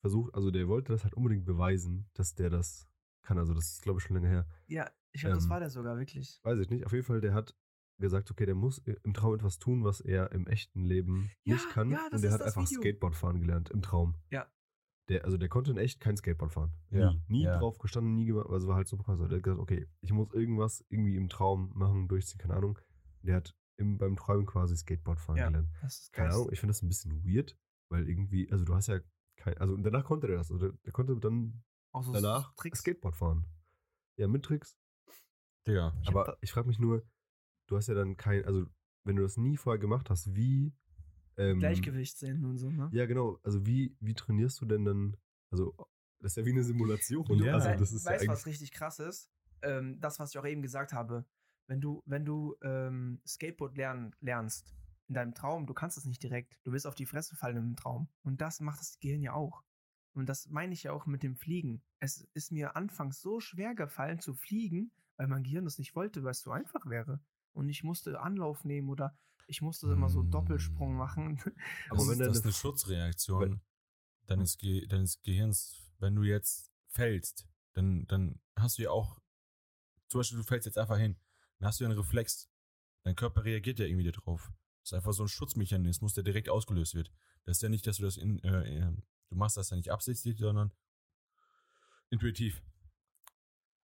versucht, also der wollte das halt unbedingt beweisen, dass der das kann. Also das ist, glaube ich, schon länger her. Ja, ich glaube, das Ähm, war der sogar wirklich. Weiß ich nicht. Auf jeden Fall, der hat gesagt, okay, der muss äh, im Traum etwas tun, was er im echten Leben Ja, nicht kann. ja, das und der ist hat das einfach Video. Skateboard fahren gelernt im Traum. Ja. Der, also der konnte in echt kein Skateboard fahren. Ja, Nie, nie ja. drauf gestanden, nie gemacht. Also war halt so krass. Der hat gesagt, okay, ich muss irgendwas irgendwie im Traum machen, durchziehen, keine Ahnung. Der hat im, beim Träumen quasi Skateboard fahren Ja. gelernt. Das ist Keine geil. Ahnung, ich finde das ein bisschen weird, weil irgendwie, also du hast ja kein, also danach konnte der das. Also der, der konnte dann Auch so Danach Tricks. Skateboard fahren. Ja, mit Tricks. Digga. Ich hab Aber da- ich frage mich nur, du hast ja dann kein, also wenn du das nie vorher gemacht hast, wie. Ähm, Gleichgewicht sehen und so, ne? Ja, genau. Also wie, wie trainierst du denn dann? Also, das ist ja wie eine Simulation. Du, Ja, also, Wei- das ist ja weißt du, eigentlich. was richtig krass ist? Ähm, das, was ich auch eben gesagt habe. Wenn du, wenn du ähm, Skateboard lernen, lernst in deinem Traum, du kannst es nicht direkt. Du wirst auf die Fresse fallen im Traum. Und das macht das Gehirn ja auch. Und das meine ich ja auch mit dem Fliegen. Es ist mir anfangs so schwer gefallen zu fliegen, weil mein Gehirn das nicht wollte, weil es so einfach wäre. Und ich musste Anlauf nehmen oder ich musste immer so Mm. Doppelsprung machen. Aber das wenn ist, dann das eine ist eine F- Schutzreaktion wenn- deines, Ge deines Gehirns. Wenn du jetzt fällst, dann, dann hast du ja auch, zum Beispiel du fällst jetzt einfach hin, dann hast du ja einen Reflex. Dein Körper reagiert ja irgendwie darauf. Das ist einfach so ein Schutzmechanismus, der direkt ausgelöst wird. Das ist ja nicht, dass du das in, äh, äh, du machst das ja nicht absichtlich, sondern intuitiv.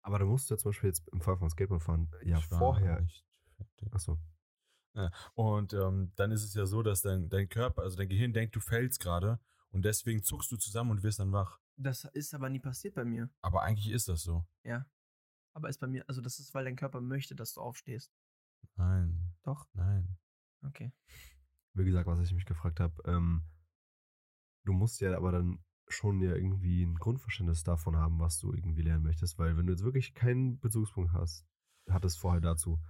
Aber da musst du ja zum Beispiel jetzt im Fall von Skateboard fahren. Äh, Ja, Ich war vorher. Nicht fertig. Achso. Und ähm, dann ist es ja so, dass dein, dein Körper, also dein Gehirn denkt, du fällst gerade und deswegen zuckst du zusammen und wirst dann wach. Das ist aber nie passiert bei mir. Aber eigentlich ist das so. Ja. Aber ist bei mir, also das ist, weil dein Körper möchte, dass du aufstehst. Nein, Doch. nein. Okay. Wie gesagt, was ich mich gefragt habe, ähm, du musst ja aber dann schon ja irgendwie ein Grundverständnis davon haben, was du irgendwie lernen möchtest, weil wenn du jetzt wirklich keinen Bezugspunkt hast, hattest vorher dazu.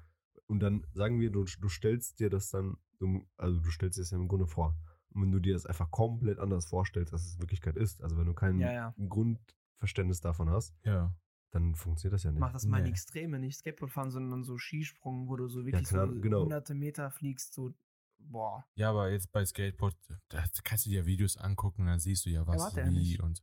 Und dann sagen wir, du, du stellst dir das dann, du, also du stellst dir das ja im Grunde vor. Und wenn du dir das einfach komplett anders vorstellst, als es in Wirklichkeit ist, also wenn du kein Ja, ja. Grundverständnis davon hast, Ja. dann funktioniert das ja nicht. Mach das mal in Nee. Extreme, nicht Skateboard fahren, sondern so Skisprung, wo du so wirklich klar, so genau. hunderte Meter fliegst, so boah. Ja, aber jetzt bei Skateboard, da kannst du dir Videos angucken, dann siehst du ja was, warte er wie nicht. und.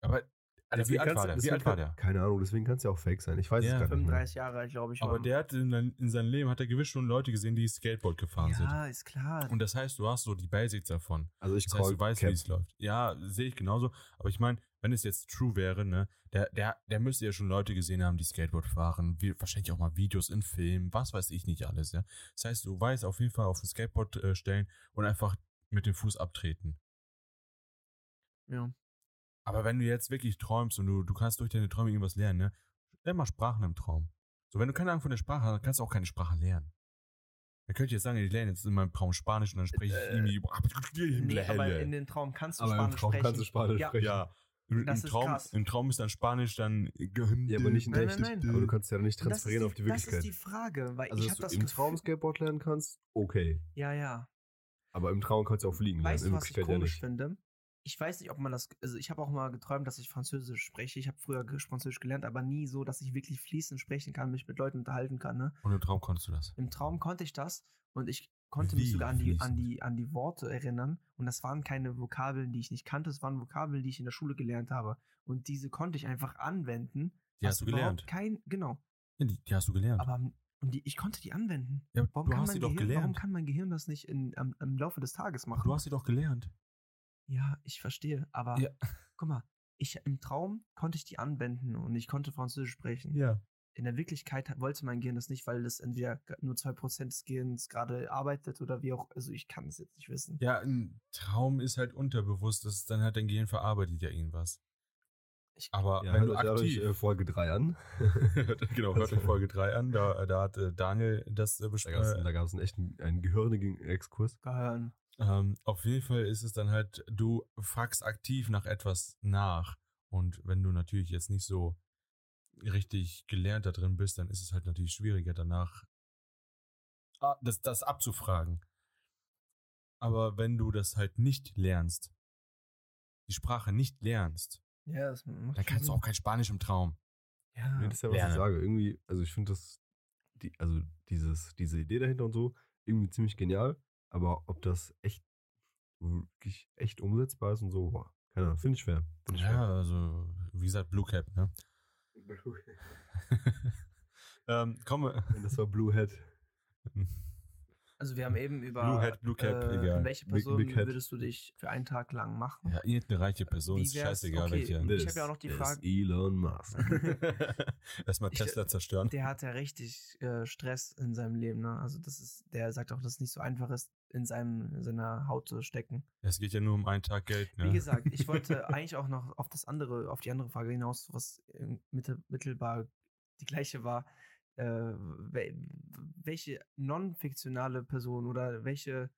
Aber also wie Deswegen alt kann's- war der? Wie deswegen alt war kann- der? Keine Ahnung, deswegen kann es ja auch fake sein. Ich weiß es Ja, gar nicht. Mehr. 35 Jahre alt, glaube ich. Aber waren. der hat in, dein- in seinem Leben hat er gewiss schon Leute gesehen, die Skateboard gefahren Ja, ist klar. sind. Und das heißt, du hast so die Basics davon. Also ich Das heißt, call du weißt, wie Cap. es läuft. Ja, sehe ich genauso. Aber ich meine, wenn es jetzt true wäre, ne, der, der, der müsste ja schon Leute gesehen haben, die Skateboard fahren. Wie, wahrscheinlich auch mal Videos in Filmen, was weiß ich nicht alles, ja. Das heißt, du weißt auf jeden Fall auf ein Skateboard äh, stellen und einfach mit dem Fuß abtreten. ja. Aber wenn du jetzt wirklich träumst und du, du kannst durch deine Träume irgendwas lernen, ne? Lern mal Sprachen im Traum. So, wenn du keine Ahnung von der Sprache hast, dann kannst du auch keine Sprache lernen. Dann könnte ich jetzt sagen, ich lerne jetzt in meinem Traum Spanisch und dann spreche ich Äh, irgendwie. Nee, aber in den Traum kannst du Aber im Spanisch Traum sprechen. kannst du Spanisch Ja. sprechen. Ja. Im, Das ist Traum, krass. Im Traum ist dann Spanisch, dann gehündelt. Ja, aber nicht in Nein, nein, nein, echt. nein. Aber du kannst ja nicht Und das transferieren ist auf die Das ist Wirklichkeit. die Frage, weil also, ich dass habe du das im Gefühl- Traum Skateboard lernen kannst, okay. Ja, ja. Aber im Traum kannst du auch fliegen Weißt du, lernen. In was ich Wirklichkeit ja komisch nicht. finde? Ich weiß nicht, ob man das. Also, ich habe auch mal geträumt, dass ich Französisch spreche. Ich habe früher ge- Französisch gelernt, aber nie so, dass ich wirklich fließend sprechen kann, mich mit Leuten unterhalten kann. Ne? Und im Traum konntest du das. Im Traum konnte ich das und ich konnte mich Wie sogar an die, an, fließend? die, an die Worte erinnern. Und das waren keine Vokabeln, die ich nicht kannte, es waren Vokabeln, die ich in der Schule gelernt habe. Und diese konnte ich einfach anwenden. Die was hast du überhaupt gelernt. Kein, genau. Ja, die, die hast du gelernt. Aber und die, ich konnte die anwenden. ja, aber Warum, du kann hast mein die doch Gehirn, warum gelernt. kann mein Gehirn das nicht in, am, im Laufe des Tages machen? Du hast die doch gelernt. Ja, ich verstehe, aber Ja. guck mal, ich im Traum konnte ich die anwenden und ich konnte Französisch sprechen. Ja. In der Wirklichkeit hat- wollte mein Gehirn das nicht, weil das entweder g- nur 2% des Gehirns gerade arbeitet oder wie auch, also ich kann es jetzt nicht wissen. Ja, ein Traum ist halt unterbewusst. Das ist, dann hat dein Gehirn verarbeitet ja irgendwas. Ich- Aber Ja, wenn du hört euch, äh, aktiv. Folge 3 an. genau, hört in Folge 3 an. Da, da hat äh, Daniel das äh, Da gab es besprochen. da gab's einen echten, einen gehirnigen Exkurs. Gehirn. Ähm, auf jeden Fall ist es dann halt, du fragst aktiv nach etwas nach. Und wenn du natürlich jetzt nicht so richtig gelernt da drin bist, dann ist es halt natürlich schwieriger danach ah, das, das abzufragen. Aber wenn du das halt nicht lernst, die Sprache nicht lernst, Ja, das macht dann schon kannst du Sinn. auch kein Spanisch im Traum. Nee, Ja. das ist ja, was Lerne. ich sage. Irgendwie, also ich finde das, die, also dieses, diese Idee dahinter und so, irgendwie ziemlich genial. Aber ob das echt, wirklich echt umsetzbar ist und so, boah, keine Ahnung, finde ich schwer. Find ich Ja, also wie gesagt, Blue Cap, ne? schwer. ähm, komm. Das war Blue Hat. Also wir haben eben über Blue Hat, Blue Cap, äh, egal. welche Big- Person Big Hat. würdest du dich für einen Tag lang machen? Ja, irgendeine reiche Person, Wie ist wär's- scheißegal okay, welche. Ich hab This ja auch noch die is Frage- Elon Musk. Erstmal Ich- äh, Tesla zerstören. Der hat ja richtig äh, Stress in seinem Leben, ne? Also das ist, der sagt auch, dass es nicht so einfach ist, in, seinem, in seiner Haut zu stecken. Es geht ja nur um einen Tag Geld. Ne? Wie gesagt, ich wollte eigentlich auch noch auf das andere, auf die andere Frage hinaus, was äh, mitte, mittelbar die gleiche war. Äh, wel- welche non-fiktionale Person oder welche,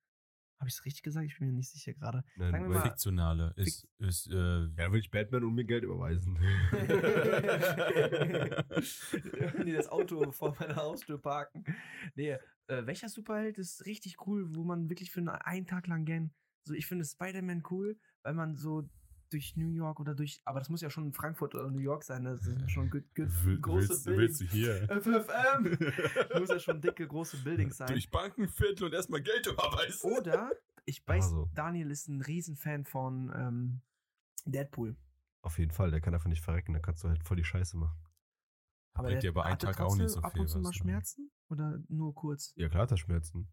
habe ich es richtig gesagt? Ich bin mir nicht sicher gerade. Nein, Sagen wir weil- mal- Fiktionale ist, ist äh, ja, dann will ich Batman und mir Geld überweisen. Wenn die das Auto vor meiner Haustür parken. Nee, äh, welcher Superheld ist richtig cool, wo man wirklich für einen, einen Tag lang gern. So, ich finde Spider-Man cool, weil man so durch New York oder durch. Aber das muss ja schon in Frankfurt oder New York sein, ne? das sind schon gut, gut, Will- große willst, Buildings. willst du hier? FFM! Muss ja schon dicke, große Buildings sein. Oh, Durch Bankenviertel und erstmal Geld überweisen. Oder, ich weiß, Also. Daniel ist ein Riesenfan von ähm, Deadpool. Auf jeden Fall, der kann einfach nicht verrecken, da kannst du halt voll die Scheiße machen. Aber Bringt der dir aber einen hatte Tag auch nicht trotzdem so Ab viel und zu was, mal ne? Schmerzen? Oder nur kurz? Ja, klar, hat er Schmerzen.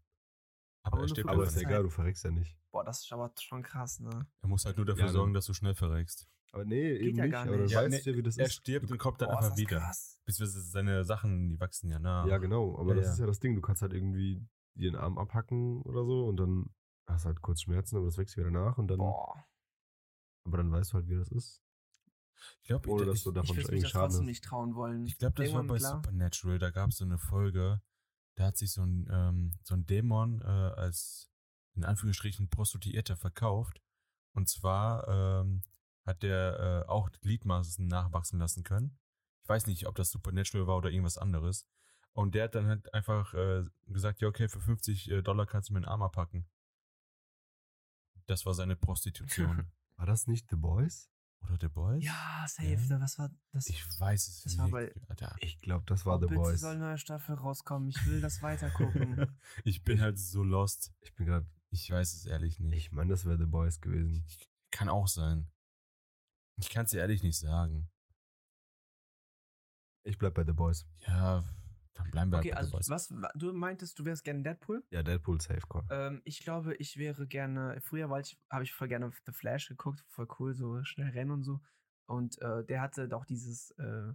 Aber Aber er nur steht für Aber kurze ist ja dran. Zeit. egal, du verreckst ja nicht. Boah, das ist aber schon krass, ne? Er muss halt nur dafür Ja, sorgen, dass du schnell verreckst. Aber nee, Geht eben ja nicht. gar Aber dann nicht. Ja, weißt du ja, wie das Er ist. stirbt und kommt dann Boah, ist einfach das wieder. krass. Beziehungsweise seine Sachen, die wachsen ja nach. Ja, genau, aber Ja, das ja. ist ja das Ding. Du kannst halt irgendwie dir den Arm abhacken oder so und dann hast halt kurz Schmerzen, aber das wächst wieder nach und dann, Boah. aber dann weißt du halt, wie das ist. Ich glaube, Ohne dass ich, du Ich davon würde mich irgendwie das Schaden trotzdem hast. nicht trauen wollen. ich glaub, das war Dämon, bei klar. Supernatural. Da gab es so eine Folge, da hat sich so ein, ähm, so ein Dämon äh, als in Anführungsstrichen Prostituierter verkauft. Und zwar ähm, hat der äh, auch Gliedmaßen nachwachsen lassen können. Ich weiß nicht, ob das Supernatural war oder irgendwas anderes. Und der hat dann halt einfach äh, gesagt, ja okay, für 50 äh, Dollar kannst du mir einen Armer packen. Das war seine Prostitution. War das nicht The Boys? oder The Boys? Ja, safe. Ja. da- Was war das? Ich weiß es Das nicht. war Alter. Ich glaube, das war Oh, The bitte Boys. soll neue Staffel rauskommen. Ich will das weitergucken. Ich bin halt so lost. Ich bin gerade, Ich weiß es ehrlich nicht. ich meine, das wäre The Boys gewesen. Kann auch sein. Ich kann es dir ehrlich nicht sagen. Ich bleib bei The Boys. Ja, dann bleiben wir okay, halt also bei The Boys. was? Du meintest, du wärst gerne Deadpool? Ja, Deadpool safe call. Ähm, ich glaube, ich wäre gerne. Früher war ich, habe ich voll gerne The Flash geguckt, voll cool, so schnell rennen und so. Und äh, der hatte doch dieses, äh,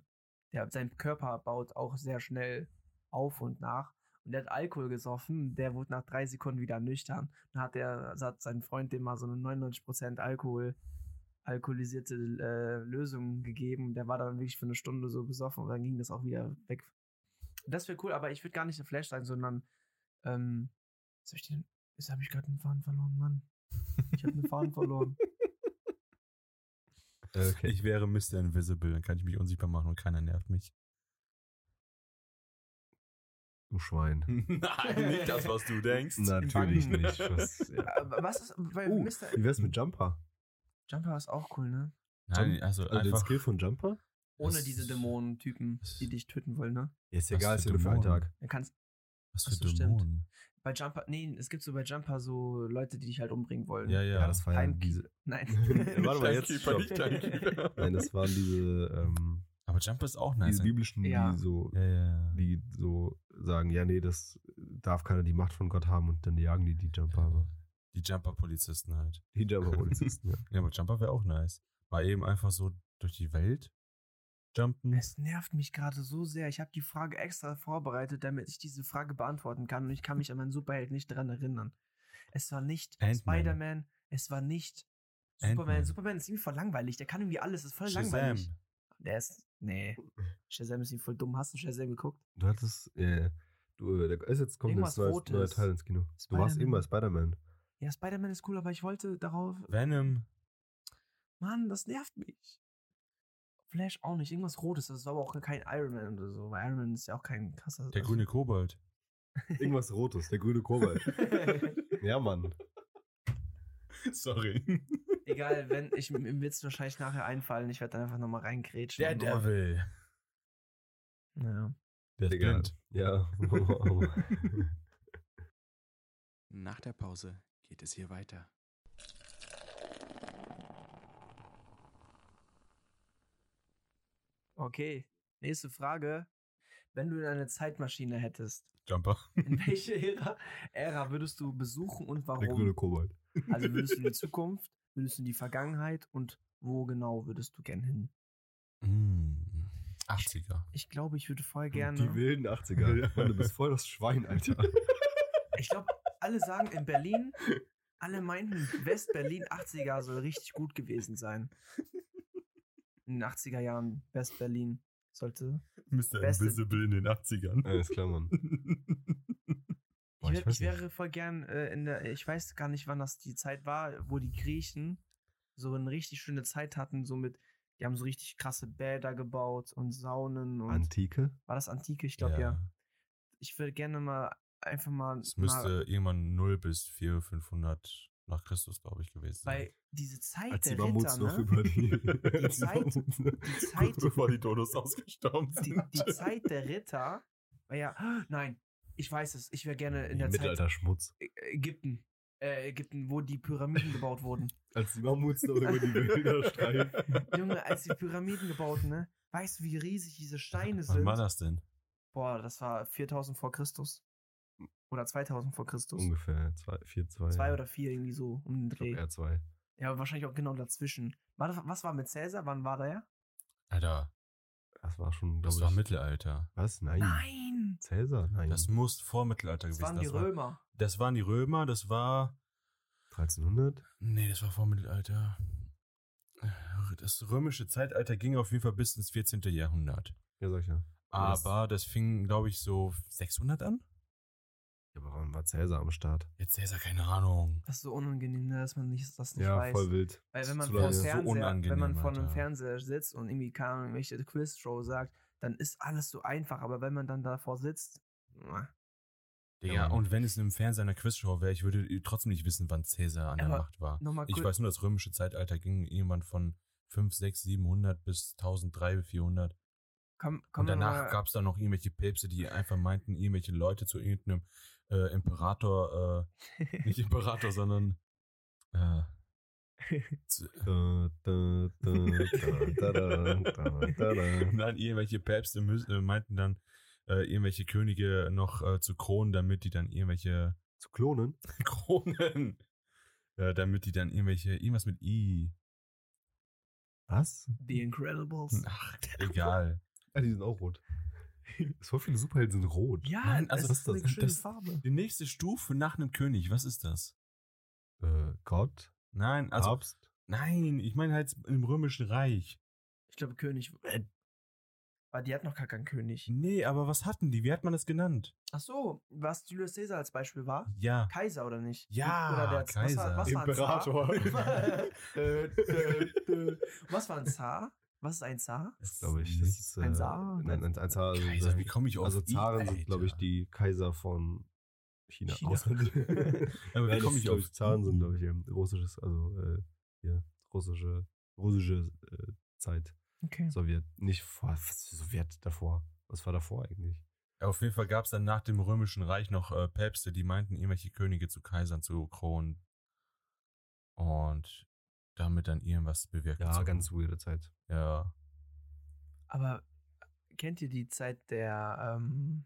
der sein Körper baut auch sehr schnell auf und nach. Und der hat Alkohol gesoffen, der wurde nach drei Sekunden wieder nüchtern. Dann hat der, also hat sein Freund dem mal so eine 99% Alkohol, alkoholisierte äh, Lösung gegeben. Der war dann wirklich für eine Stunde so besoffen und dann ging das auch wieder weg. Das wäre cool, aber ich würde gar nicht der Flash sein, sondern ähm, was hab ich denn? Jetzt habe ich gerade einen Faden verloren, Mann. Ich habe einen Faden verloren. Äh, Okay. Ich wäre Mr. Invisible, dann kann ich mich unsichtbar machen und keiner nervt mich. du Schwein. Nein, nicht das, was du denkst. Natürlich Wangen. nicht. Was, ja. Aber Äh, Was ist bei Uh, Mr. Wie wär's mit Jumper? Jumper ist auch cool, ne? Nein, also, Also den einfach. Skill von Jumper? Ohne Das- diese Dämonentypen, die dich töten wollen, ne? Ja, ist Was egal, ist für ja nur für einen Dämonen. Tag. Dann kannst Was Ach so, für stimmt. Dämonen. bei Jumper, nee, es gibt so bei Jumper so Leute, die dich halt umbringen wollen. Ja, ja. war Heimkeep- diese. Nein. Warte mal, jetzt. Kleinkeeper, Stopp. nicht Kleinkeeper. Nein, das waren diese, ähm, Aber Jumper ist auch nice. diese biblischen, Ja. die so ja, ja. die so sagen, ja, nee, das darf keiner die Macht von Gott haben und dann jagen die die Jumper. Aber Die Jumper-Polizisten halt. die Jumper-Polizisten, ja. Ja, aber Jumper wäre auch nice. Mal eben einfach so durch die Welt jumpen. Es nervt mich gerade so sehr. Ich habe die Frage extra vorbereitet, damit ich diese Frage beantworten kann. Und ich kann mich an meinen Superheld nicht daran erinnern. Es war nicht Ant-Man. Spider-Man, es war nicht Superman. Ant-Man. Superman ist irgendwie voll langweilig. Der kann irgendwie alles. Ist voll Shazam. langweilig. Der ist. Nee. Shazam ist irgendwie voll dumm. Hast du Shazam geguckt? Du hattest, äh, du, äh, da ist jetzt kommt Irgendwas jetzt neues, Rotes. neuer Teil ins Kino. Du warst Spider-Man. eben bei Spider-Man. Ja, Spider-Man ist cool, aber ich wollte darauf. Venom. Mann, das nervt mich. Flash auch nicht. Irgendwas Rotes. Das war aber auch kein Iron Man oder so. Weil Iron Man ist ja auch kein krasser. Der grüne Kobold. Irgendwas Rotes, der grüne Kobalt. ja, Mann. Sorry. Egal, wenn ich mir wird's wahrscheinlich nachher einfallen, ich werde dann einfach nochmal reingrätschen. Der und nochmal- Devil. Ja. Der ist Egal. blind. Ja. Nach der Pause geht es hier weiter. Okay, nächste Frage. Wenn du eine Zeitmaschine hättest, Jumper. in welche Ära, Ära würdest du besuchen und der grüne warum? Kobalt. Also würdest du in die Zukunft, würdest du in die Vergangenheit und wo genau würdest du gern hin? Mm. 80er. Ich glaube, ich würde voll Die gerne. wilden 80er. Mann, du bist voll das Schwein, Alter. Ich glaube, alle sagen in Berlin, alle meinten, West-Berlin 80er soll richtig gut gewesen sein. In den 80er Jahren West-Berlin sollte. Mr. Beste- Invisible in den 80ern. Alles klar, Mann. Boah, ich, wär, Oh, weiß ich wäre nicht. voll gern äh, in der, ich weiß gar nicht, wann das die Zeit war, wo die Griechen so eine richtig schöne Zeit hatten, so mit, die haben so richtig krasse Bäder gebaut und Saunen und Antike? war das Antike? Ich glaube ja. Ich würde gerne mal einfach mal, Es mal müsste irgendwann 0 bis 4, 500 nach Christus, glaube ich, gewesen sein. weil diese Zeit Als die der Ritter, Mammuts noch ne? über die. Die Zeit- die Zeit- Kurz bevor die Dodos ausgestorben Die, sind. die Zeit der Ritter war ja, nein, ich weiß es, ich wäre gerne in der Zeit Mittelalterschmutz. Ä- Ägypten, äh, Ägypten, wo die Pyramiden gebaut wurden. Als die Mammuts noch über die Wälder streifen. Junge, als die Pyramiden gebaut, ne? Weißt du, wie riesig diese Steine Wann sind? war das denn? Boah, das war 4000 vor Christus. Oder 2000 vor Christus. Ungefähr 4, 2. Zwei oder vier, irgendwie so um den Dreh. R2. Ja, aber wahrscheinlich auch genau dazwischen. War das, was war mit Cäsar? Wann war der? Alter, Das war schon, das glaub war ich- Mittelalter. Was? Nein. Nein! Cäsar? Nein. Das muss vor Mittelalter Das gewesen waren die war- Römer. das waren die Römer, das war. 1300? Nee, das war vor Mittelalter. Das römische Zeitalter ging auf jeden Fall bis ins 14. Jahrhundert. Ja, sag ich ja. Aber das- Aber das fing, glaube ich, so 600 an? Ja, aber wann war Cäsar am Start? Jetzt Cäsar, keine Ahnung. Das ist so unangenehm, ne, dass man nicht, das nicht ja, weiß. voll wild. Weil wenn man, Zu vor, lange. dem so Fernseher, wenn man unangenehm, halt, vor einem Alter. Fernseher sitzt und irgendwie keine Ahnung, welche Quiz-Show sagt, dann ist alles so einfach. Aber wenn man dann davor sitzt, mwah. Digga, Ja, Mann. und wenn es im Fernsehen eine Quizshow wäre, ich würde trotzdem nicht wissen, wann Cäsar an der Aber Macht war. nochmal Ich kurz. weiß nur, das römische Zeitalter ging irgendwann von 5, 6, 700 bis 1300, 400. komm, komm Und danach mal, gab es dann noch irgendwelche Päpste, die einfach meinten, irgendwelche Leute zu irgendeinem äh, Imperator, äh, nicht Imperator, sondern äh, zu, äh, Da, da, da, da, da, da, da, da, da. Nein, irgendwelche Päpste müssen, äh, meinten dann, äh, irgendwelche Könige noch äh, zu kronen, damit die dann irgendwelche Zu klonen? Kronen, äh, damit die dann irgendwelche, irgendwas mit I, Was? The Incredibles. ach, egal. Ah, die sind auch rot. So viele Superhelden sind rot. Ja, Nein, also also das das- ist eine das- schöne das- Farbe. Die nächste Stufe nach einem König, was ist das? Äh, Gott, Nein, also, Papst. nein, ich meine halt im Römischen Reich. Ich glaube, König. äh, Aber die hat noch gar keinen König. Nee, aber was hatten die? Wie hat man das genannt? Ach so, was Julius Caesar als Beispiel war? Ja. Kaiser oder nicht? Ja, oder der Kaiser. Was war, was war ein Zar? Äh, Äh, Dö, dö, dö. was war ein Zar? Was ist ein Zar? Das glaube äh. ich. Das ist, äh, Ein Saar? Nein, ein, ein Zar. also- Kaiser, wie komme ich auf also I, Zaren sind, Alter? glaube ich, die Kaiser von China. China. Russland. Aber wie Nein, komme das, ich glaub auf ich, Zaren sind, I? glaube ich, ähm, russisches, also äh, hier, russische, russische äh, Zeit. Okay. Sowjet. Nicht vor, was, Sowjet davor. Was war davor eigentlich? Auf jeden Fall gab es dann nach dem Römischen Reich noch äh, Päpste, die meinten, irgendwelche Könige zu Kaisern zu kronen. Und damit dann irgendwas bewirken. Ja, zu- ganz weirde Zeit. Ja. Aber äh, kennt ihr die Zeit der, ähm,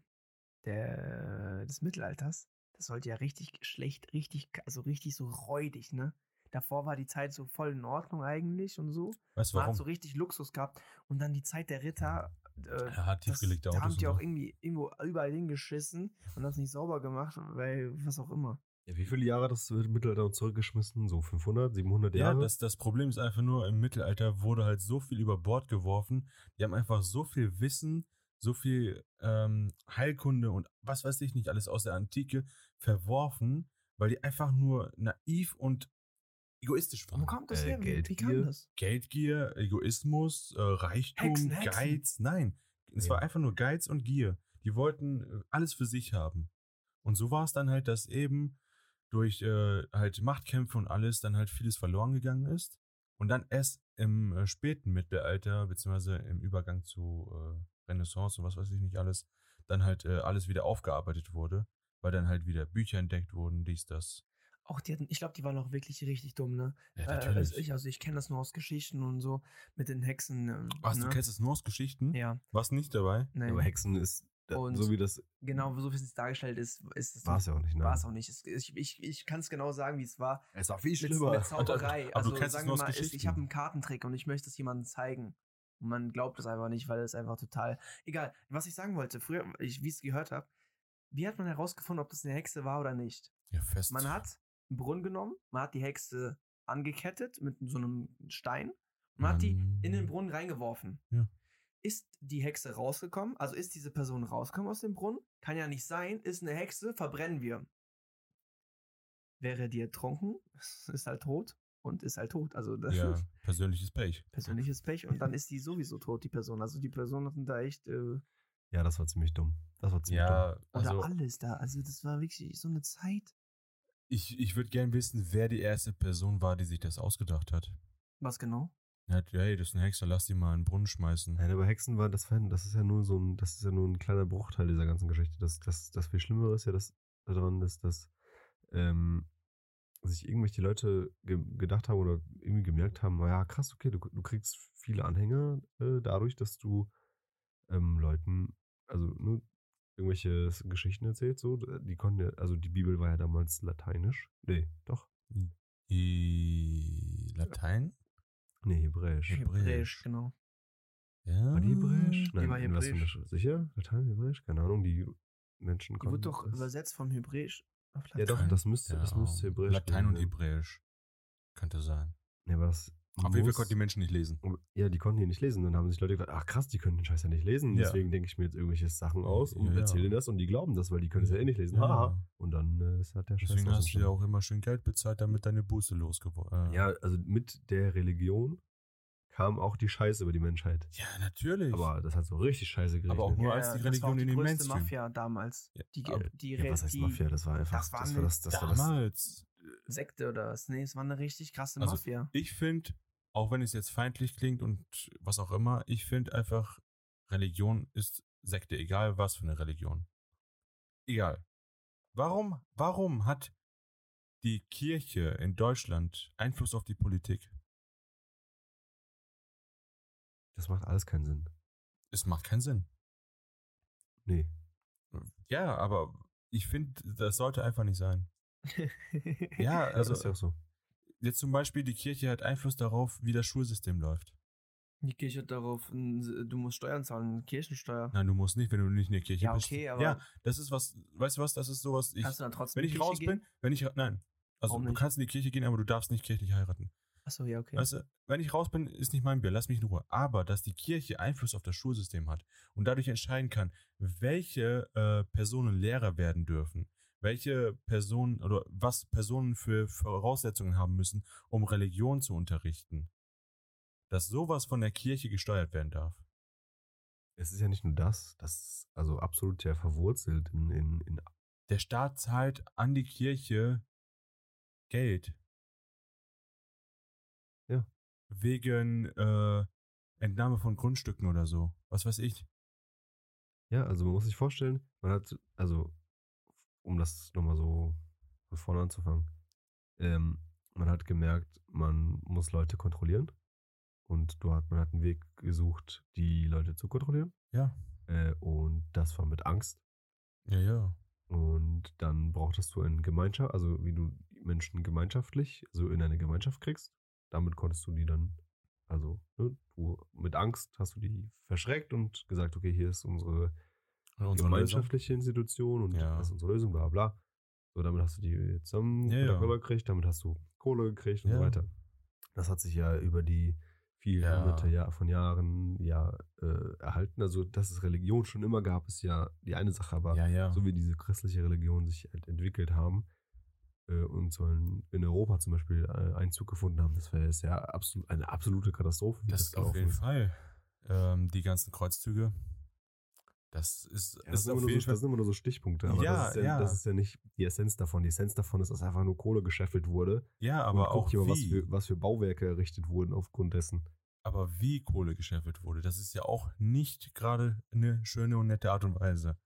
der äh, des Mittelalters? Das sollte ja richtig schlecht, richtig, also richtig so räudig, ne? Davor war die Zeit so voll in Ordnung eigentlich und so. Weißt du Man hat so warum? richtig Luxus gehabt. Und dann die Zeit der Ritter. Äh, Er hat das, tiefgelegte da Autos. haben die und auch so. irgendwie irgendwo überall hingeschissen und das nicht sauber gemacht, weil was auch immer. Ja, wie viele Jahre hat das Mittelalter uns zurückgeschmissen? So 500, 700 Ja, Jahre? das, das Problem ist einfach nur, im Mittelalter wurde halt so viel über Bord geworfen. Die haben einfach so viel Wissen, so viel ähm, Heilkunde und was weiß ich nicht alles aus der Antike verworfen, weil die einfach nur naiv und egoistisch waren. Wo kommt das äh, her? Wie, Geld wie kam hier. das? Geldgier, Egoismus, äh, Reichtum, Hexen, Hexen. Geiz. Nein, es Ja. war einfach nur Geiz und Gier. Die wollten äh, alles für sich haben. Und so war es dann halt, dass eben durch äh, halt Machtkämpfe und alles dann halt vieles verloren gegangen ist. Und dann erst im äh, späten Mittelalter, beziehungsweise im Übergang zu äh, Renaissance und was weiß ich nicht alles, dann halt äh, alles wieder aufgearbeitet wurde, weil dann halt wieder Bücher entdeckt wurden, dies, das. Auch die hatten, ich glaube, die waren auch wirklich richtig dumm, ne? Ja, Äh, also ich, also ich kenne das nur aus Geschichten und so mit den Hexen. ähm, Was, ne? du kennst es nur aus Geschichten? Ja, Warst nicht dabei? Ja, aber nein. Hexen ist, da- Und- so wie das Genau, so wie es dargestellt ist, ist es war es ja auch nicht, ne? War es auch nicht. Es, ich ich, ich kann es genau sagen, wie es war. Es war viel Mit, mit Zauberei. Aber du also kennst es sagen nur wir aus mal, ist, ich Geschichten. habe einen Kartentrick und ich möchte es jemandem zeigen. Und man glaubt es einfach nicht, weil es einfach total. Egal, was ich sagen wollte, früher, ich, wie ich es gehört habe, Wie hat man herausgefunden, ob das eine Hexe war oder nicht? Ja, fest. Man hat einen Brunnen genommen, man hat die Hexe angekettet mit so einem Stein und man hat die in den Brunnen reingeworfen. Ja. Ist die Hexe rausgekommen? Also ist diese Person rausgekommen aus dem Brunnen? Kann ja nicht sein, ist eine Hexe, verbrennen wir. Wäre die ertrunken, ist halt tot und ist halt tot. Also das Ja, ist persönliches Pech. persönliches Pech und dann ist die sowieso tot, die Person. Also die Person hatten da echt äh, Ja, das war ziemlich dumm. Das war ziemlich dumm. Ja, oder also alles da. Also das war wirklich so eine Zeit. ich, ich würde gerne wissen, wer die erste Person war, die sich das ausgedacht hat. Was genau? Er hat, hey, das ist eine Hexe, lass die mal in den Brunnen schmeißen. Nein, aber Hexen war das Fan, das ist ja nur so ein, das ist ja nur ein kleiner Bruchteil dieser ganzen Geschichte. Das, das, das viel Schlimmere ist ja das daran, dass, dass ähm, sich irgendwelche Leute ge gedacht haben oder irgendwie gemerkt haben, naja, krass, okay, du, du kriegst viele Anhänger äh, dadurch, dass du ähm, Leuten, also nur irgendwelche Geschichten erzählst, so, die konnten ja, also die Bibel war ja damals lateinisch. Nee, doch. I- Latein? Nee, hebräisch. Hebräisch. genau. Ja. War die hebräisch? Die war in was für einer hebräisch. Schrift? Sicher? Latein, hebräisch? Keine Ahnung, die Menschen Die wurde doch das- übersetzt vom Hebräisch auf Latein. Ja, doch, das müsste, das müsste hebräisch Latein und gewesen sein. Hebräisch. Könnte sein. Nee, aber das Auf jeden Fall muss- um, konnten die Menschen nicht lesen. Ja, die konnten die nicht lesen. Dann haben sich Leute gedacht, ach krass, die können den Scheiß ja nicht lesen. Ja. Deswegen denke ich mir jetzt irgendwelche Sachen aus und Ja, ja. erzähle denen das und die glauben das, weil die können es ja eh nicht lesen. Ja. Haha. Und dann äh, ist halt der Scheiß Deswegen draus hast du ja entstanden. auch immer schön Geld bezahlt, damit deine Buße äh. losgeworden Ja, also mit der Religion kam auch die Scheiße über die Menschheit. ja, natürlich. Aber das hat so richtig Scheiße geregnet. Aber auch nur als die das war auch Religion die in den größte Mainstream. Mafia damals. Ja, Die, aber- die, ja, was heißt die Mafia? Das war einfach, das war das eine war das, das, war das Damals. Sekte oder was? Nee, es war eine richtig krasse Also- Mafia. Ich finde, auch wenn es jetzt feindlich klingt und was auch immer, ich finde einfach, Religion ist Sekte, egal was für eine Religion. Egal. Warum, warum hat die Kirche in Deutschland Einfluss auf die Politik? Das macht alles keinen Sinn. Es macht keinen Sinn. Nee. Ja, aber ich finde, das sollte einfach nicht sein. Ja, also ist ja auch so. jetzt zum Beispiel, die Kirche hat Einfluss darauf, wie das Schulsystem läuft. die Kirche hat darauf, du musst Steuern zahlen, Kirchensteuer. Nein, du musst nicht, wenn du nicht in der Kirche Ja, bist. okay, aber- ja, das ist was, weißt du was, das ist sowas, ich, Kannst du dann trotzdem wenn ich raus bin, wenn ich, ra- nein, also Warum du nicht? kannst in die Kirche gehen, aber du darfst nicht kirchlich heiraten. Achso, ja, okay. Weißt du, wenn ich raus bin, ist nicht mein Bier, lass mich in Ruhe. Aber, dass die Kirche Einfluss auf das Schulsystem hat und dadurch entscheiden kann, welche äh, Personen Lehrer werden dürfen, welche Personen oder was Personen für Voraussetzungen haben müssen, um Religion zu unterrichten, dass sowas von der Kirche gesteuert werden darf. Es ist ja nicht nur das, das ist also absolut ja verwurzelt in, in, in Der Staat zahlt an die Kirche Geld. Ja. Wegen äh, Entnahme von Grundstücken oder so. Was weiß ich. Ja, also man muss sich vorstellen, man hat, also, um das nochmal so von vorne anzufangen, ähm, man hat gemerkt, man muss Leute kontrollieren. Und du hat, man hat einen Weg gesucht, die Leute zu kontrollieren. Ja. Äh, und das war mit Angst. Ja, ja. Und dann brauchtest du in Gemeinschaft, also wie du die Menschen gemeinschaftlich, also in eine Gemeinschaft kriegst. Damit konntest du die dann, also, ne, du mit Angst hast du die verschreckt und gesagt, okay, hier ist unsere Und gemeinschaftliche Institution und Ja. das ist unsere Lösung, bla bla. So, damit hast du die zusammen Ja, ja. gekriegt, damit hast du Kohle gekriegt und Ja. so weiter. Das hat sich ja über die vielen Ja. hunderte Jahr von Jahren ja äh, erhalten. Also, dass es Religion schon immer gab, ist ja die eine Sache, aber Ja, ja. so wie diese christliche Religion sich halt entwickelt haben äh, und so in, in Europa zum Beispiel äh, Einzug gefunden haben, das wäre ist ja absolut eine absolute Katastrophe, wie das ist auf gelaufen jeden Fall. Ähm, die ganzen Kreuzzüge. Das ist, Ja, das, ist sind immer auf nur jeden so, das Fall. sind immer nur so Stichpunkte, aber Ja, das, ist ja, ja. das ist ja nicht die Essenz davon. Die Essenz davon ist, dass einfach nur Kohle gescheffelt wurde. Und Ja, aber auch guck dir mal, was wie, für, was für Bauwerke errichtet wurden aufgrund dessen. aber wie Kohle gescheffelt wurde. Das ist ja auch nicht gerade eine schöne und nette Art und Weise.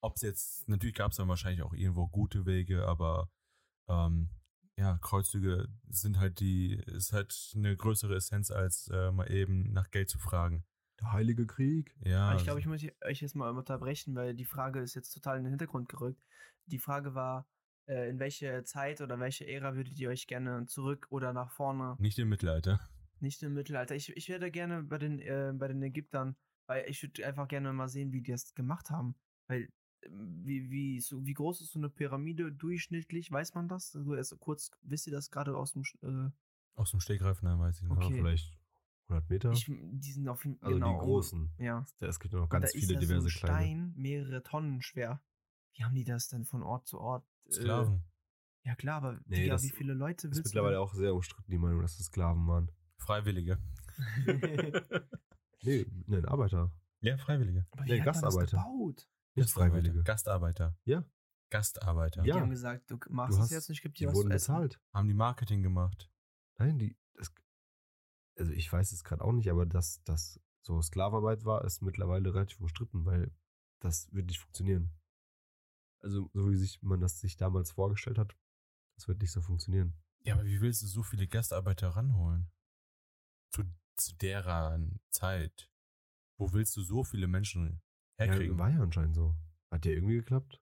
Ob es jetzt, natürlich gab es dann wahrscheinlich auch irgendwo gute Wege, aber ähm, ja, Kreuzzüge sind halt die, ist halt eine größere Essenz, als äh, mal eben nach Geld zu fragen. Der Heilige Krieg. Ja, also ich glaube, ich muss euch jetzt mal unterbrechen, weil die Frage ist jetzt total in den Hintergrund gerückt. Die Frage war, äh, in welche Zeit oder welche Ära würdet ihr euch gerne zurück oder nach vorne also nicht im Mittelalter. Nicht im Mittelalter. Ich, ich wäre da gerne bei den, äh, bei den Ägyptern, weil ich würde einfach gerne mal sehen, wie die das gemacht haben. Weil wie, wie, so, wie groß ist so eine Pyramide durchschnittlich? Weiß man das? Also erst kurz, wisst ihr das gerade aus dem. Sch- Äh, Aus dem Stegreif, nein, weiß ich nicht. Ja, Okay. Vielleicht 100 Meter. ich, die sind auf jeden also genau. die großen. Ja. Es gibt ja noch Und ganz da viele ist ja so diverse ein kleine. Stein mehrere Tonnen schwer. Wie haben die das denn von Ort zu Ort? äh, Sklaven. ja klar, aber Nee, Digga, das wie viele Leute Ist willst mittlerweile du? auch sehr umstritten, die Meinung, dass es Sklaven waren. Freiwillige. Nee, nein, Arbeiter. ja, Freiwillige. aber nee, wie hat man das Gastarbeiter. gebaut? Nicht Freiwillige. Gastarbeiter. Ja. Gastarbeiter. Ja. Die haben gesagt, du machst Du es hast- jetzt nicht, ich geb dir Die was wurden zu essen. bezahlt. Haben die Marketing gemacht. Nein, die. Das, also ich weiß es gerade auch nicht, aber dass das so Sklavarbeit war, ist mittlerweile relativ umstritten, weil das wird nicht funktionieren. Also, so wie sich man das sich damals vorgestellt hat, das wird nicht so funktionieren. Ja, aber wie willst du so viele Gastarbeiter ranholen? Zu, zu deren Zeit. Wo willst du so viele Menschen herkriegen? Ja, war ja anscheinend so. Hat ja irgendwie geklappt.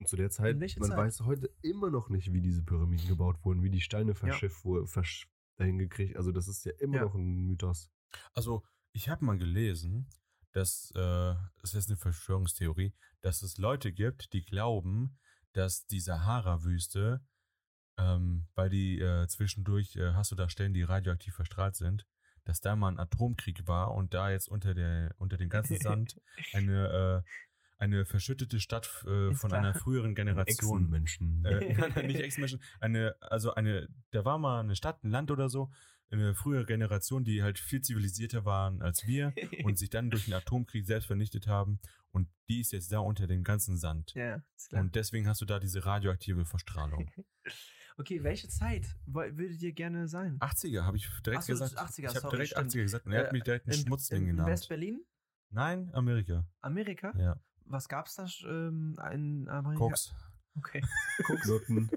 Und zu der Zeit, In welcher man Zeit? weiß heute immer noch nicht, wie diese Pyramiden gebaut wurden, wie die Steine verschifft wurden, versch dahin gekriegt. Also das ist ja immer Ja. noch ein Mythos. Also, ich habe mal gelesen, dass, äh, es ist eine Verschwörungstheorie, dass es Leute gibt, die glauben, dass die Sahara-Wüste, ähm, weil die äh, zwischendurch, äh, hast du da Stellen, die radioaktiv verstrahlt sind, dass da mal ein Atomkrieg war und da jetzt unter, der, unter dem ganzen Sand eine, äh, eine verschüttete Stadt äh, Ist von klar. einer früheren Generation Menschen. äh, nein, nein, nicht Ex-Menschen. Eine, also eine, da war mal eine Stadt, ein Land oder so, eine frühere Generation, die halt viel zivilisierter waren als wir und sich dann durch den Atomkrieg selbst vernichtet haben. Und die ist jetzt da unter dem ganzen Sand. ja, ist klar. Und deswegen hast du da diese radioaktive Verstrahlung. Okay, welche Zeit woll- würdet ihr gerne sein? 80er habe ich direkt Ach so, das gesagt. ist 80er, ich habe sorry, direkt stimmt. 80er gesagt und er Äh, hat mich direkt einen In- Schmutzling in genannt. West-Berlin? Nein, Amerika. Amerika? Ja. Was gab's da ähm, in Amerika? Koks. Okay. Nutten.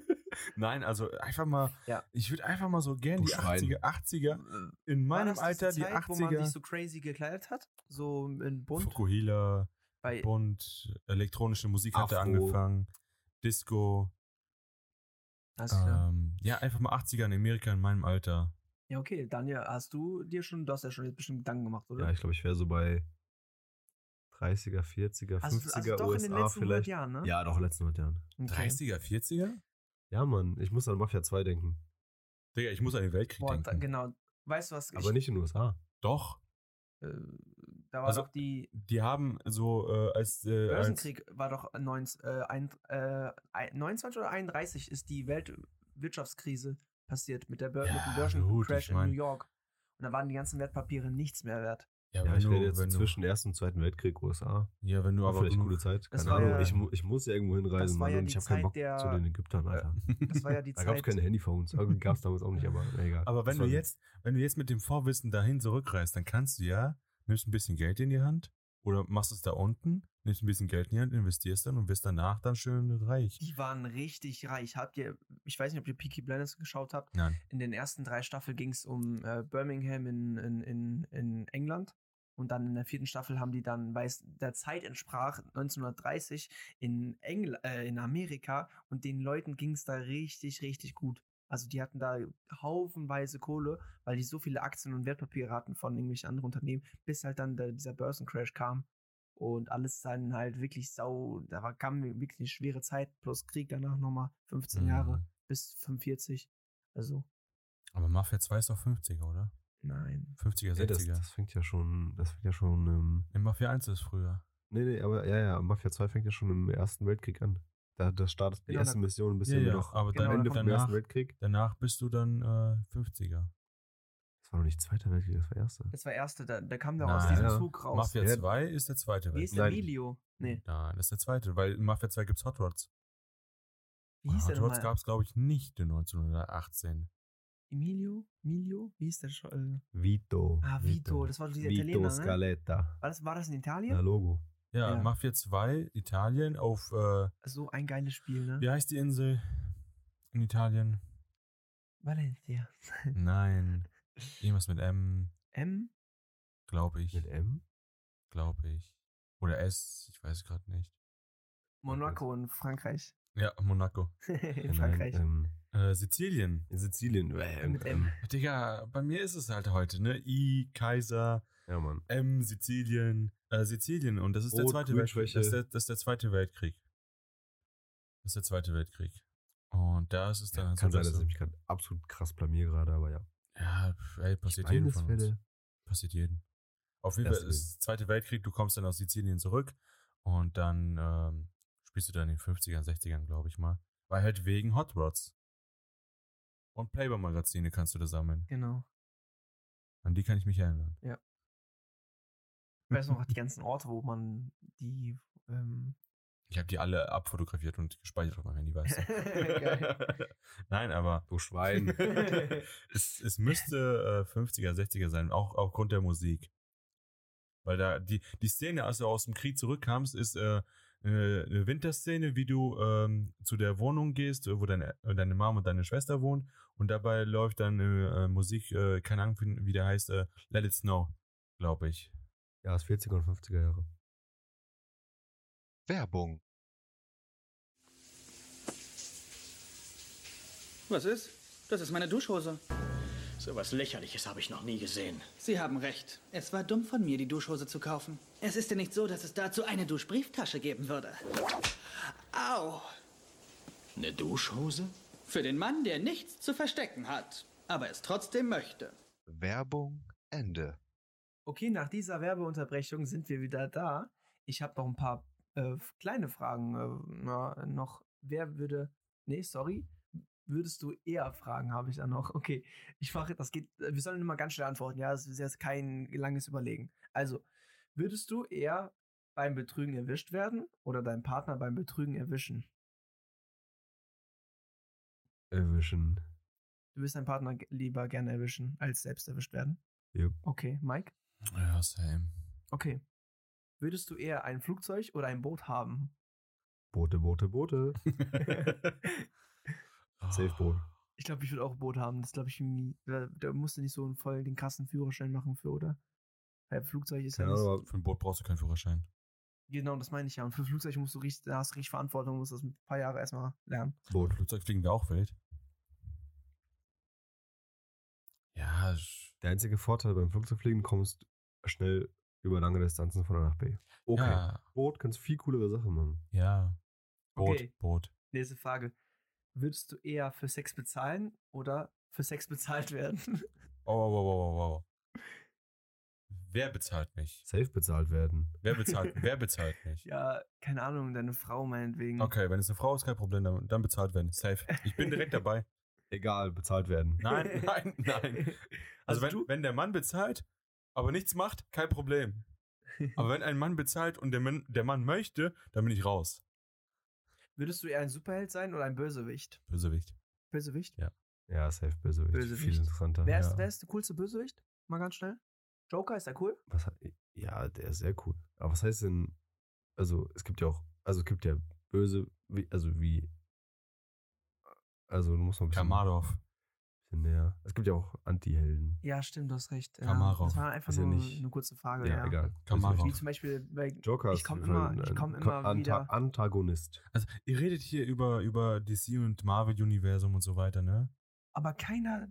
Nein, also einfach mal, Ja. ich würde einfach mal so gern Du die Schwein. 80er, 80er, in War meinem das diese Alter die Zeit, Wo man sich 80er, so crazy gekleidet hat? So in bunt? Fukuhila, bei, Bunt, elektronische Musik hat da Afro. angefangen, Disco. alles klar. Ähm, ja, einfach mal 80er in Amerika in meinem Alter. Ja, okay. Daniel, hast du dir schon, du hast ja schon jetzt bestimmt Gedanken gemacht, oder? ja, ich glaube, ich wäre so bei 30er, 40er, 50er also, also doch in den USA letzten 100 vielleicht. Jahren, ne? Ja, doch, letzten 100 Jahren. Okay. 30er, 40er? Ja, Mann, ich muss an Mafia 2 denken. Digga, ich muss an den Weltkrieg Boah, da, denken. genau. Weißt du was? Aber nicht in den USA. Doch, Äh, da war Also, doch die die haben so äh, als, äh, als Börsenkrieg war doch 19, äh, ein, äh, ein- 29 oder 31 ist die Weltwirtschaftskrise passiert mit, der Bör Ja, mit dem gut, Börsencrash ich mein- in New York. Und da waren die ganzen Wertpapiere nichts mehr wert. Ja, wenn ich du- rede jetzt wenn du- zwischen Ersten und Zweiten Weltkrieg USA. Ja, wenn du War aber vielleicht eine genug- gute Zeit. Das Keine war Ahnung. ja- ich, mu- ich muss ja irgendwo hinreisen, das war Mann, ja und die ich habe keinen Zeit Bock der- zu den Ägyptern, Alter. Das war ja die Da gab es Zeit. keine Handyphones. Gab es damals auch nicht, aber na egal. Aber wenn Das du war- jetzt, wenn du jetzt mit dem Vorwissen dahin zurückreist, dann kannst du ja, nimmst ein bisschen Geld in die Hand oder machst es da unten, nimmst ein bisschen Geld in die Hand, investierst dann und wirst danach dann schön reich. Die waren richtig reich. Habt ihr, ich weiß nicht, ob ihr Peaky Blinders geschaut habt. Nein. In den ersten drei Staffeln ging es um äh, Birmingham in, in, in, in England. Und dann in der vierten Staffel haben die dann, weil es der Zeit entsprach, 1930 in, Engl äh, in Amerika. Und den Leuten ging es da richtig, richtig gut. Also die hatten da haufenweise Kohle, weil die so viele Aktien und Wertpapiere hatten von irgendwelchen anderen Unternehmen, bis halt dann der, dieser Börsencrash kam. Und alles dann halt wirklich sau, da war, kam wirklich eine schwere Zeit, plus Krieg danach nochmal 15 Jahre Mhm. bis 45. Also, Aber Mafia 2 ist doch 50er, oder? nein. 50er, Ey, das, 60er. das fängt ja schon, das fängt ja schon, ähm, In Mafia 1 ist früher. nee, nee, Ne, aber ja, ja, Mafia 2 fängt ja schon im Ersten Weltkrieg an. Da, da startet die Genau, erste da- Mission ein bisschen ja, noch aber genau, am dann, Ende da vom danach, Ersten Weltkrieg. danach bist du dann äh, 50er. Das war noch nicht Zweiter Weltkrieg, das war Erster. Das war der erste, da, da kam der Nein. aus diesem Ja. Zug raus. Mafia Ja. 2 ist der zweite Wie ist Weltkrieg. der Nein. Emilio? Nee. Nein, das ist der zweite, weil in Mafia 2 gibt's Hot Rods. Wie hieß Hot der Rods nochmal? gab es, glaube ich, nicht in 1918. Emilio? Emilio? Wie hieß der schon? Vito. Äh, Ah, Vito, das war dieser Vito Italiener, ne? Scaletta. War das, war das in Na, Italien? Logo. Ja, Ja. Mafia 2, Italien, auf, äh, So ein geiles Spiel, ne? wie heißt die Insel in Italien? Valencia. Nein. Irgendwas mit M, M? glaube ich. Mit M? Glaube ich. Oder S, ich weiß es gerade nicht. Monaco in Frankreich. Ja, Monaco. In Nein, Frankreich. ähm, Äh, Sizilien. in Sizilien. Mit M. Digga, bei mir ist es halt heute, ne? I, Kaiser, Ja, Mann. M, Sizilien, äh, Sizilien. Und das ist, der Rot, zweite Grün, Weltkrieg. Schwäche. Das, ist der, das ist der zweite Weltkrieg. Das ist der zweite Weltkrieg. Und da ist es dann Ja, halt kann so, sein, dass du- ich mich gerade absolut krass blamiere gerade, aber ja. Ja, pf, ey, passiert jedem von uns. Meines Passiert jedem. Auf jeden Fall Erste ist Zweite Weltkrieg, du kommst dann aus Sizilien zurück und dann ähm, spielst du dann in den 50ern, 60ern, glaube ich mal. Weil halt wegen Hot Rods. Und Playboy-Magazine kannst du da sammeln. Genau. An die kann ich mich erinnern. Ich weiß noch die ganzen Orte, wo man die. Ähm, Ich habe die alle abfotografiert und gespeichert auf meinem Handy, weißt du. Geil. Nein, aber Du Schwein. es, es müsste äh, 50er, 60er sein, auch aufgrund der Musik. Weil da die, die Szene, als du aus dem Krieg zurückkamst, ist äh, eine eine Winterszene, wie du ähm, zu der Wohnung gehst, wo deine, deine Mama und deine Schwester wohnt. Und dabei läuft dann äh, äh, Musik, äh, keine Ahnung, wie wie der heißt, äh, Let It Snow, glaube ich. ja, aus 40er und 50er Jahre. Werbung. Was ist? Das ist meine Duschhose. So was Lächerliches habe ich noch nie gesehen. Sie haben recht. Es war dumm von mir, die Duschhose zu kaufen. Es ist ja nicht so, dass es dazu eine Duschbrieftasche geben würde. Au! Eine Duschhose? Für den Mann, der nichts zu verstecken hat, aber es trotzdem möchte. Werbung. Ende. Okay, nach dieser Werbeunterbrechung sind wir wieder da. Ich habe noch ein paar äh, kleine Fragen äh, na, noch. Wer würde. Nee, sorry. Würdest du eher Fragen, habe ich dann noch. Okay, ich mache, das geht. äh, Wir sollen immer ganz schnell antworten, ja? Das ist jetzt kein langes Überlegen. Also, würdest du eher beim Betrügen erwischt werden oder deinen Partner beim Betrügen erwischen? Erwischen. Du wirst deinen Partner ge- lieber gerne erwischen, als selbst erwischt werden. Yep. Okay, Mike? Ja, same. Okay. Würdest du eher ein Flugzeug oder ein Boot haben? Boote, Boote, Boote. Safe Boot. Ich glaube, ich würde auch ein Boot haben. Das glaube ich irgendwie. Da, da musst du nicht so einen voll den krassen Führerschein machen für, oder? Weil Flugzeug ist ja Keine Ahnung, nicht. aber Für ein Boot brauchst du keinen Führerschein. Genau, das meine ich ja. Und für Flugzeug musst du richtig, da hast du richtig Verantwortung, musst das ein paar Jahre erstmal lernen. Boot. Flugzeug fliegen wir auch wild. Ja, sch- Der einzige Vorteil beim Flugzeugfliegen kommst schnell über lange Distanzen von A nach B. Okay. ja, Boot kannst viel coolere Sachen machen. ja. Boot, Okay. Boot. Nächste Frage. Würdest du eher für Sex bezahlen oder für Sex bezahlt werden? Oh, wow, wow, wow, wow, wow. Wer bezahlt mich? Safe bezahlt werden. Wer bezahlt, wer bezahlt mich? ja, keine Ahnung, deine Frau meinetwegen. Okay, wenn es eine Frau ist, kein Problem, dann, dann bezahlt werden. Safe. Ich bin direkt dabei. Egal, bezahlt werden. Nein, nein, nein. Also, Also wenn, du- wenn der Mann bezahlt, aber nichts macht, kein Problem. Aber wenn ein Mann bezahlt und der Mann, der Mann möchte, dann bin ich raus. Würdest du eher ein Superheld sein oder ein Bösewicht? Bösewicht. Bösewicht? Ja, safe Bösewicht. Bösewicht. Viel interessanter. Wer, ja. ist, wer ist der coolste Bösewicht? Mal ganz schnell. Joker, ist der cool? Was, he- ja, der ist sehr cool. Aber was heißt denn, also es gibt ja auch, also es gibt ja böse, wie, also wie, also du musst noch ein bisschen, Kamadov. bisschen näher. Es gibt ja auch Anti-Helden. Ja, stimmt, du hast recht. Ja, Kamarov. Das war einfach Ist ja nur nicht- eine kurze Frage. Ja, Ja, egal. Kamarov. Wie zum Beispiel bei Joker Ich ist komm auf jeden Fall immer- ich ein komm immer Anta- wieder- Antagonist. Also, ihr redet hier über, über DC und Marvel-Universum und so weiter, ne? aber keiner.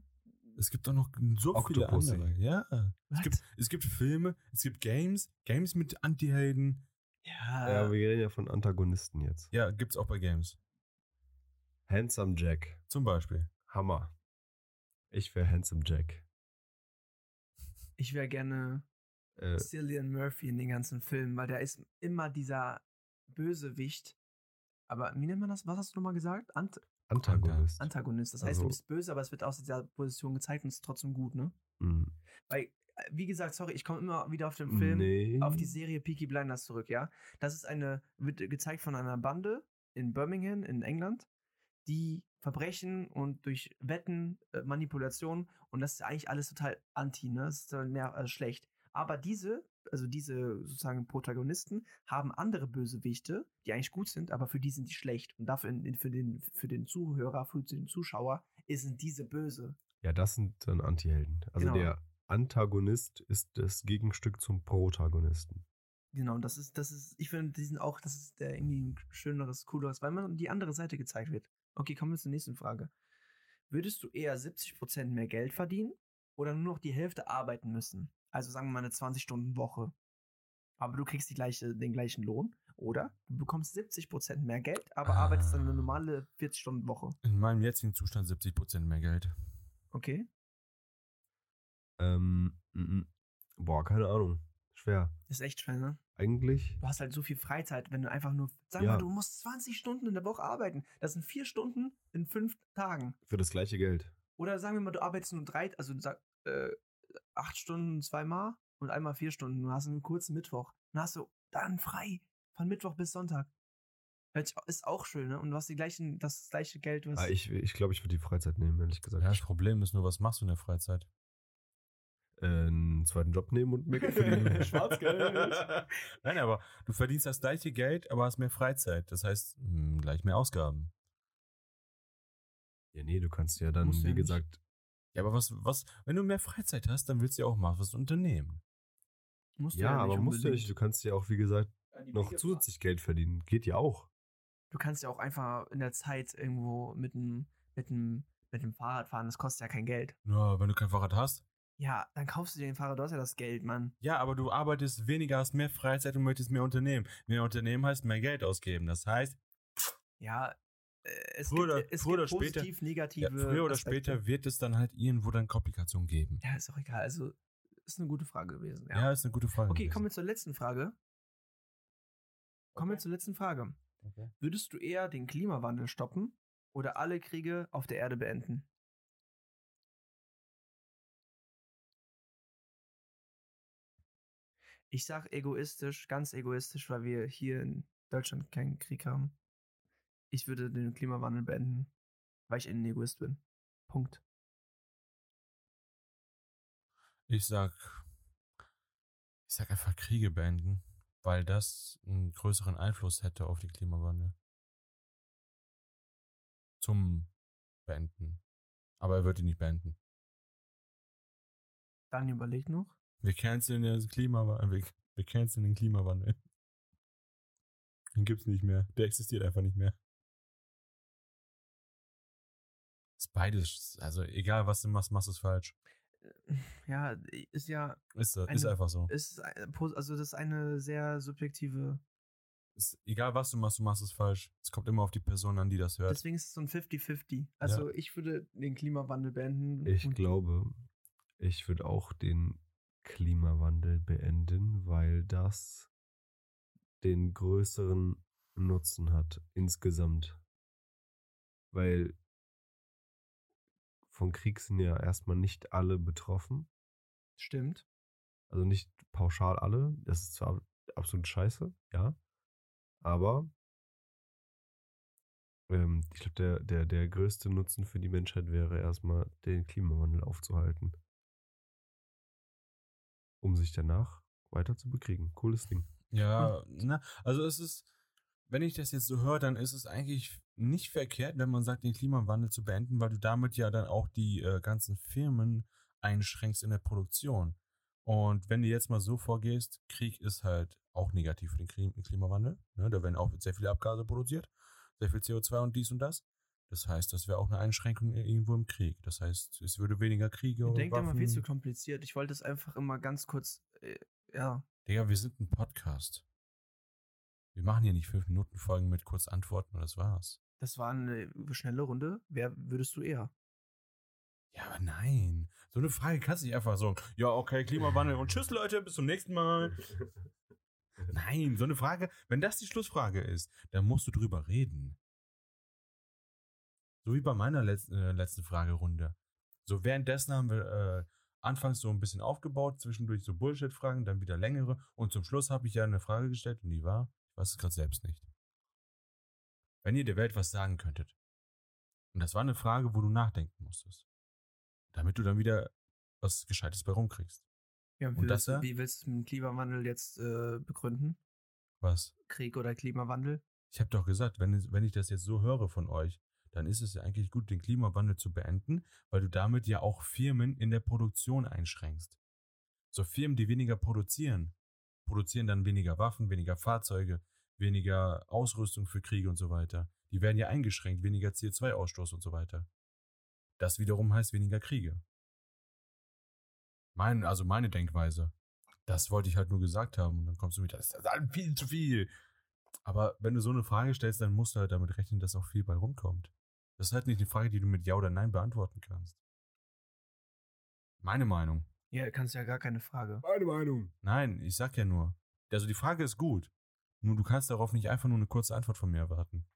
Es gibt auch noch so Octopussy. viele andere. Ja. Es Was? gibt, es gibt Filme, es gibt Games, Games mit Anti-Helden. Ja, ja, wir reden ja von Antagonisten jetzt. Ja, gibt's auch bei Games. Handsome Jack. Zum Beispiel. Hammer. Ich wäre Handsome Jack. ich wäre gerne Äh, Cillian Murphy in den ganzen Filmen, weil der ist immer dieser Bösewicht. Aber wie nennt man das? Was hast du nochmal gesagt? Ant Antagonist. Antagonist. Das heißt, Also- du bist böse, aber es wird aus dieser Position gezeigt und es ist trotzdem gut, ne? Mhm. Äh, Wie gesagt, sorry, ich komme immer wieder auf den Film. nee. auf die Serie Peaky Blinders zurück, ja. Das ist eine, wird gezeigt von einer Bande in Birmingham in England, die Verbrechen und durch Wetten, äh, Manipulationen und das ist eigentlich alles total anti, ne? Das ist total ner- äh, schlecht. Aber diese, also diese sozusagen Protagonisten, haben andere Bösewichte, die eigentlich gut sind, aber für die sind die schlecht. Und dafür in, in, für, den, für den Zuhörer, für den Zuschauer, sind diese böse. Ja, das sind dann Antihelden. Also Genau. der Antagonist ist das Gegenstück zum Protagonisten. Genau, das ist, das ist, ich finde diesen auch, das ist der irgendwie ein schöneres, cooleres, weil man die andere Seite gezeigt wird. Okay, kommen wir zur nächsten Frage. Würdest du eher 70% mehr Geld verdienen oder nur noch die Hälfte arbeiten müssen? Also sagen wir mal eine 20-Stunden-Woche. Aber du kriegst die gleiche, den gleichen Lohn, oder? Du bekommst 70% mehr Geld, aber Ah. arbeitest dann eine normale 40-Stunden-Woche. In meinem jetzigen Zustand 70% mehr Geld. Okay? Ähm, mhm. boah, keine Ahnung. Schwer. Ist echt schwer, ne? Eigentlich. Du hast halt so viel Freizeit, wenn du einfach nur, sag Ja. mal, du musst 20 Stunden in der Woche arbeiten. Das sind vier Stunden in fünf Tagen. Für das gleiche Geld. Oder sagen wir mal, du arbeitest nur drei, also sag, äh, acht Stunden zweimal und einmal vier Stunden. Du hast einen kurzen Mittwoch. Dann hast du dann frei von Mittwoch bis Sonntag. Hört sich- Ist auch schön, ne? Und du hast die gleichen, das gleiche Geld, was. Ah, ich ich glaube, ich würde die Freizeit nehmen, ehrlich gesagt. Ja, das Problem ist nur, was machst du in der Freizeit? Äh, einen zweiten Job nehmen und mehr Geld verdienen. Schwarzgeld. Nein, aber du verdienst das gleiche Geld, aber hast mehr Freizeit. Das heißt, mh, gleich mehr Ausgaben. ja, nee, du kannst ja dann, Musst du wie ja nicht. gesagt, Ja, aber was, was, wenn du mehr Freizeit hast, dann willst du ja auch mal was unternehmen. musst du ja, nicht aber musst du unbedingt. nicht. Du kannst ja auch, wie gesagt, noch zusätzlich Geld verdienen. Geht ja auch. Du kannst ja auch einfach in der Zeit irgendwo mit dem, mit dem, mit dem Fahrrad fahren. Das kostet ja kein Geld. Ja, wenn du kein Fahrrad hast. Ja, dann kaufst du dir den Fahrrad, du hast ja das Geld, Mann. Ja, aber du arbeitest weniger, hast mehr Freizeit und möchtest mehr unternehmen. Mehr unternehmen heißt mehr Geld ausgeben. Das heißt, Ja, äh, es Früher gibt, oder- es früher gibt oder später- positiv, negative. ja, früher oder Aspekte. später wird es dann halt irgendwo dann Komplikationen geben. Ja, ist auch egal. Also, ist eine gute Frage gewesen. Ja, ist eine gute Frage. Okay, gewesen. kommen wir zur letzten Frage. Kommen wir zur letzten Frage. Okay. Würdest du eher den Klimawandel stoppen oder alle Kriege auf der Erde beenden? Ich sag egoistisch, ganz egoistisch, weil wir hier in Deutschland keinen Krieg haben. Ich würde den Klimawandel beenden, weil ich ein Egoist bin. Punkt. Ich sag, ich sag einfach Kriege beenden, weil das einen größeren Einfluss hätte auf den Klimawandel. Zum Beenden. Aber er wird ihn nicht beenden. Dann überleg noch. Wir canceln den Klimawandel. Wir, wir canceln den Klimawandel. Den gibt's nicht mehr. Der existiert einfach nicht mehr. Ist beides. Also egal, was du machst, machst du es falsch. Ja, ist ja Ist, so- ist Eine- einfach so. Es ist ein- pos- also das ist eine sehr subjektive. Ist, egal, was du machst, du machst es falsch. Es kommt immer auf die Person an, die das hört. Deswegen ist es so ein 50-50. Also ich würde den Klimawandel beenden. Ich und- glaube, ich würde auch den Klimawandel beenden, weil das den größeren Nutzen hat insgesamt. Weil von Krieg sind ja erstmal nicht alle betroffen, Stimmt. also nicht pauschal alle. Das ist zwar absolut scheiße, ja, aber ähm, ich glaube, der, der, der größte Nutzen für die Menschheit wäre erstmal, den Klimawandel aufzuhalten. Um sich danach weiter zu bekriegen. Cooles Ding. Ja, na, also es ist, wenn ich das jetzt so höre, dann ist es eigentlich nicht verkehrt, wenn man sagt, den Klimawandel zu beenden, weil du damit ja dann auch die äh, ganzen Firmen einschränkst in der Produktion. Und wenn du jetzt mal so vorgehst, Krieg ist halt auch negativ für den Klim- Klimawandel. Ne? Da werden auch sehr viele Abgase produziert, sehr viel CO2 und dies und das. Das heißt, das wäre auch eine Einschränkung irgendwo im Krieg. Das heißt, es würde weniger Kriege Ich und denke immer Waffen- viel zu kompliziert. Ich wollte es einfach immer ganz kurz. Äh, ja. Digga, wir sind ein Podcast. Wir machen hier nicht 5-Minuten-Folgen mit kurz Antworten und das war's. Das war eine schnelle Runde. Wer würdest du eher? Ja, aber nein. So eine Frage kannst du nicht einfach so, ja, okay, Klimawandel und tschüss, Leute, bis zum nächsten Mal. Nein, so eine Frage, wenn das die Schlussfrage ist, dann musst du drüber reden. So wie bei meiner letzten, äh, letzten Fragerunde. So währenddessen haben wir äh, anfangs so ein bisschen aufgebaut, zwischendurch so Bullshit-Fragen, dann wieder längere und zum Schluss habe ich ja eine Frage gestellt und die war, ich weiß es gerade selbst nicht. Wenn ihr der Welt was sagen könntet. Und das war eine Frage, wo du nachdenken musstest. Damit du dann wieder was Gescheites bei rumkriegst. Ja, wie, Und das willst, du- da? wie willst du den Klimawandel jetzt äh, begründen? Was? Krieg oder Klimawandel? Ich habe doch gesagt, wenn, es- wenn ich das jetzt so höre von euch, dann ist es ja eigentlich gut, den Klimawandel zu beenden, weil du damit ja auch Firmen in der Produktion einschränkst. So Firmen, die weniger produzieren, produzieren dann weniger Waffen, weniger Fahrzeuge, weniger Ausrüstung für Kriege und so weiter. Die werden ja eingeschränkt, weniger CO2-Ausstoß und so weiter. Das wiederum heißt weniger Kriege. Mein, also meine Denkweise. Das wollte ich halt nur gesagt haben. Und dann kommst du mit, das ist halt viel zu viel. Aber wenn du so eine Frage stellst, dann musst du halt damit rechnen, dass auch viel bei rumkommt. Das ist halt nicht eine Frage, die du mit Ja oder Nein beantworten kannst. Meine Meinung. Ja, kannst ja gar keine Frage. Meine Meinung. Nein, ich sag ja nur. Also die Frage ist gut. Nur du kannst darauf nicht einfach nur eine kurze Antwort von mir erwarten.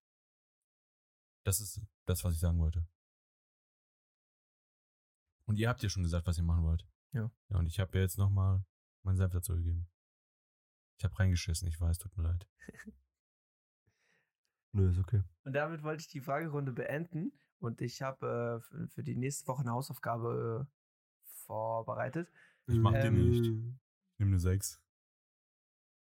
Das ist das, was ich sagen wollte. Und ihr habt ja schon gesagt, was ihr machen wollt. Ja. Ja, und ich habe ja jetzt nochmal meinen Senf dazu gegeben. Ich habe reingeschissen, ich weiß, tut mir leid. Nö, ist okay. Und damit wollte ich die Fragerunde beenden und ich habe äh, für, für die nächste Woche eine Hausaufgabe äh, vorbereitet. Ich mach die Ähm. nicht. Ich nehme eine 6.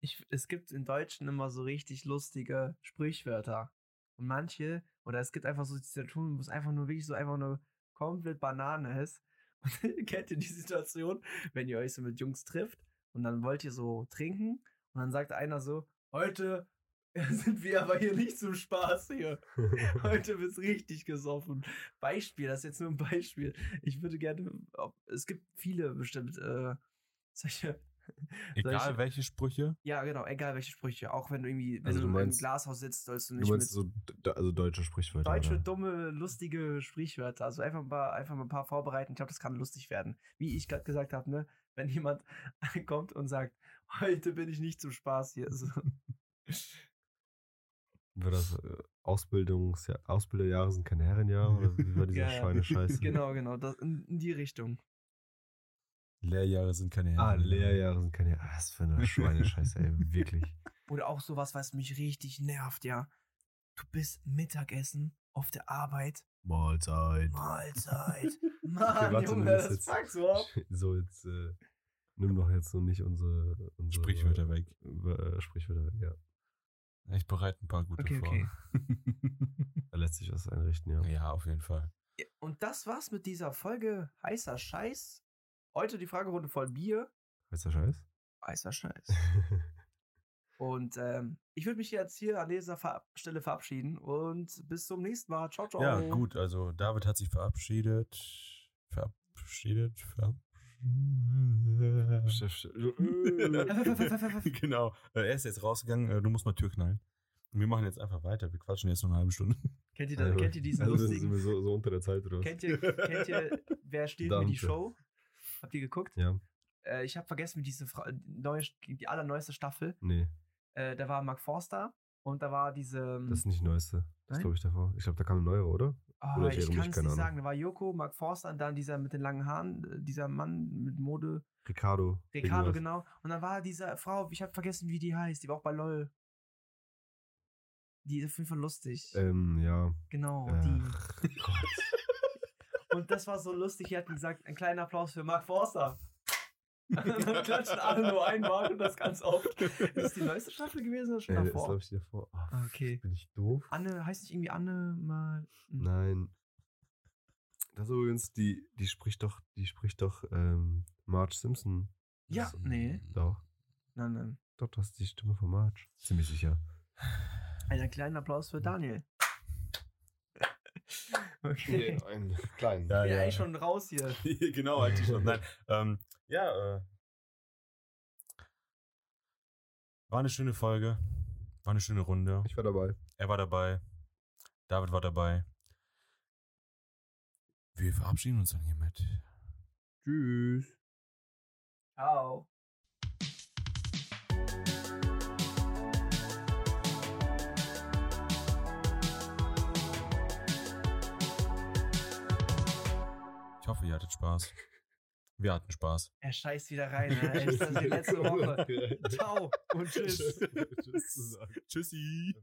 ich, es gibt in Deutschen immer so richtig lustige Sprichwörter. Und manche, oder es gibt einfach so Situationen, wo es einfach nur wirklich so einfach nur komplett Banane ist. Und kennt ihr die Situation, wenn ihr euch so mit Jungs trifft und dann wollt ihr so trinken und dann sagt einer so, heute sind wir aber hier nicht zum Spaß hier. Heute wird's richtig gesoffen. Beispiel, das ist jetzt nur ein Beispiel. Ich würde gerne, ob, es gibt viele bestimmt äh, solche Egal welche Sprüche. ja, genau, egal welche Sprüche. Auch wenn du irgendwie, wenn Also du du, im meinst- Glashaus sitzt, sollst du Du nicht mit meinst so d- also deutsche Sprichwörter. deutsche, oder? dumme, lustige Sprichwörter. Also einfach mal, einfach mal ein paar vorbereiten. Ich glaube, das kann lustig werden. Wie ich gerade gesagt habe, ne? Wenn jemand kommt und sagt, heute bin ich nicht zum Spaß hier. So. War das äh, Ausbildungsjahr, Ausbilderjahre sind keine Herrenjahre oder wie war dieser Ja, ja. Schweinescheiß? genau, genau, das, in, in die Richtung. Lehrjahre sind keine Ah, Herren. ne? Lehrjahre sind keine Jahre. Was für eine Schweinescheiße, ey, wirklich. Oder auch sowas, was mich richtig nervt, ja. Du bist Mittagessen auf der Arbeit. Mahlzeit. Mahlzeit. Okay, Mann, warte, Junge, nimm das das jetzt. fuckt so ab. So, jetzt äh, nimm doch jetzt so nicht unsere, unsere Sprichwörter weg. Äh, Sprichwörter, weg, ja. Ich bereite ein paar gute Okay, vor. okay. Da lässt sich was einrichten, ja. ja, auf jeden Fall. Ja, Und das war's mit dieser Folge heißer Scheiß. Heute die Fragerunde voll Bier. Weißt du Scheiß? Heißer Scheiß. Und ähm, ich würde mich jetzt hier an dieser Ver Stelle verabschieden und bis zum nächsten Mal. Ciao, ciao. Ja, gut, also David hat sich verabschiedet. Verabschiedet, verabschiedet. äh, genau. Äh, Er ist jetzt rausgegangen, äh, du musst mal Tür knallen. Und wir machen jetzt einfach weiter. Wir quatschen jetzt noch eine halbe Stunde. Kennt ihr, da, kennt ihr diesen also, Sind lustigen? wir so, so unter der Zeit oder was? Kennt ihr, kennt ihr, wer steht mir die Danke. Show? Habt ihr geguckt? Ja, Äh, ich habe vergessen, wie diese Fra neue, die allerneueste Staffel. nee, Äh, da war Mark Forster und da war diese. das ist nicht Neueste. Das glaube ich davor. Ich glaube, da kam eine neuere, oder? Ah, Oder ich Jeremy, kann es keine nicht Ahnung. sagen. Da war Joko, Mark Forster und dann dieser mit den langen Haaren, äh, dieser Mann mit Mode, Ricardo. Ricardo, irgendwas. genau. Und dann war diese Frau, ich habe vergessen, wie die heißt, die war auch bei LOL. Die ist auf jeden Fall lustig. Ähm, ja. genau, die. Ach, Gott. Und das war so lustig, die hatten gesagt, ein kleiner Applaus für Mark Forster. Und dann klatschen alle nur einmal und das ganz oft. Ist das die neueste Staffel gewesen oder schon Ey, Äh, das davor? glaube ich davor. Ah, Okay. Bin ich doof? Anne, heißt nicht irgendwie Anne mal. hm. Nein. Das ist übrigens, die, die spricht doch, die spricht doch, ähm, Marge Simpson. Ja, Das- nee. Doch. Nein, nein. Doch, das ist die Stimme von Marge. Ziemlich sicher. Also Einen kleinen Applaus Hm. für Daniel. Okay. einen kleinen. Ich bin eigentlich schon raus hier. genau, halt die schon. Nein. Ähm, ja, äh, war eine schöne Folge. War eine schöne Runde. Ich war dabei. Er war dabei. David war dabei. Wir verabschieden uns dann hiermit. Tschüss. Ciao. Ich hoffe, ihr hattet Spaß. Wir hatten Spaß. Er scheißt wieder rein. Ne? Ey, das ist die letzte Woche. Ciao und tschüss. Tschüss. Tschüssi.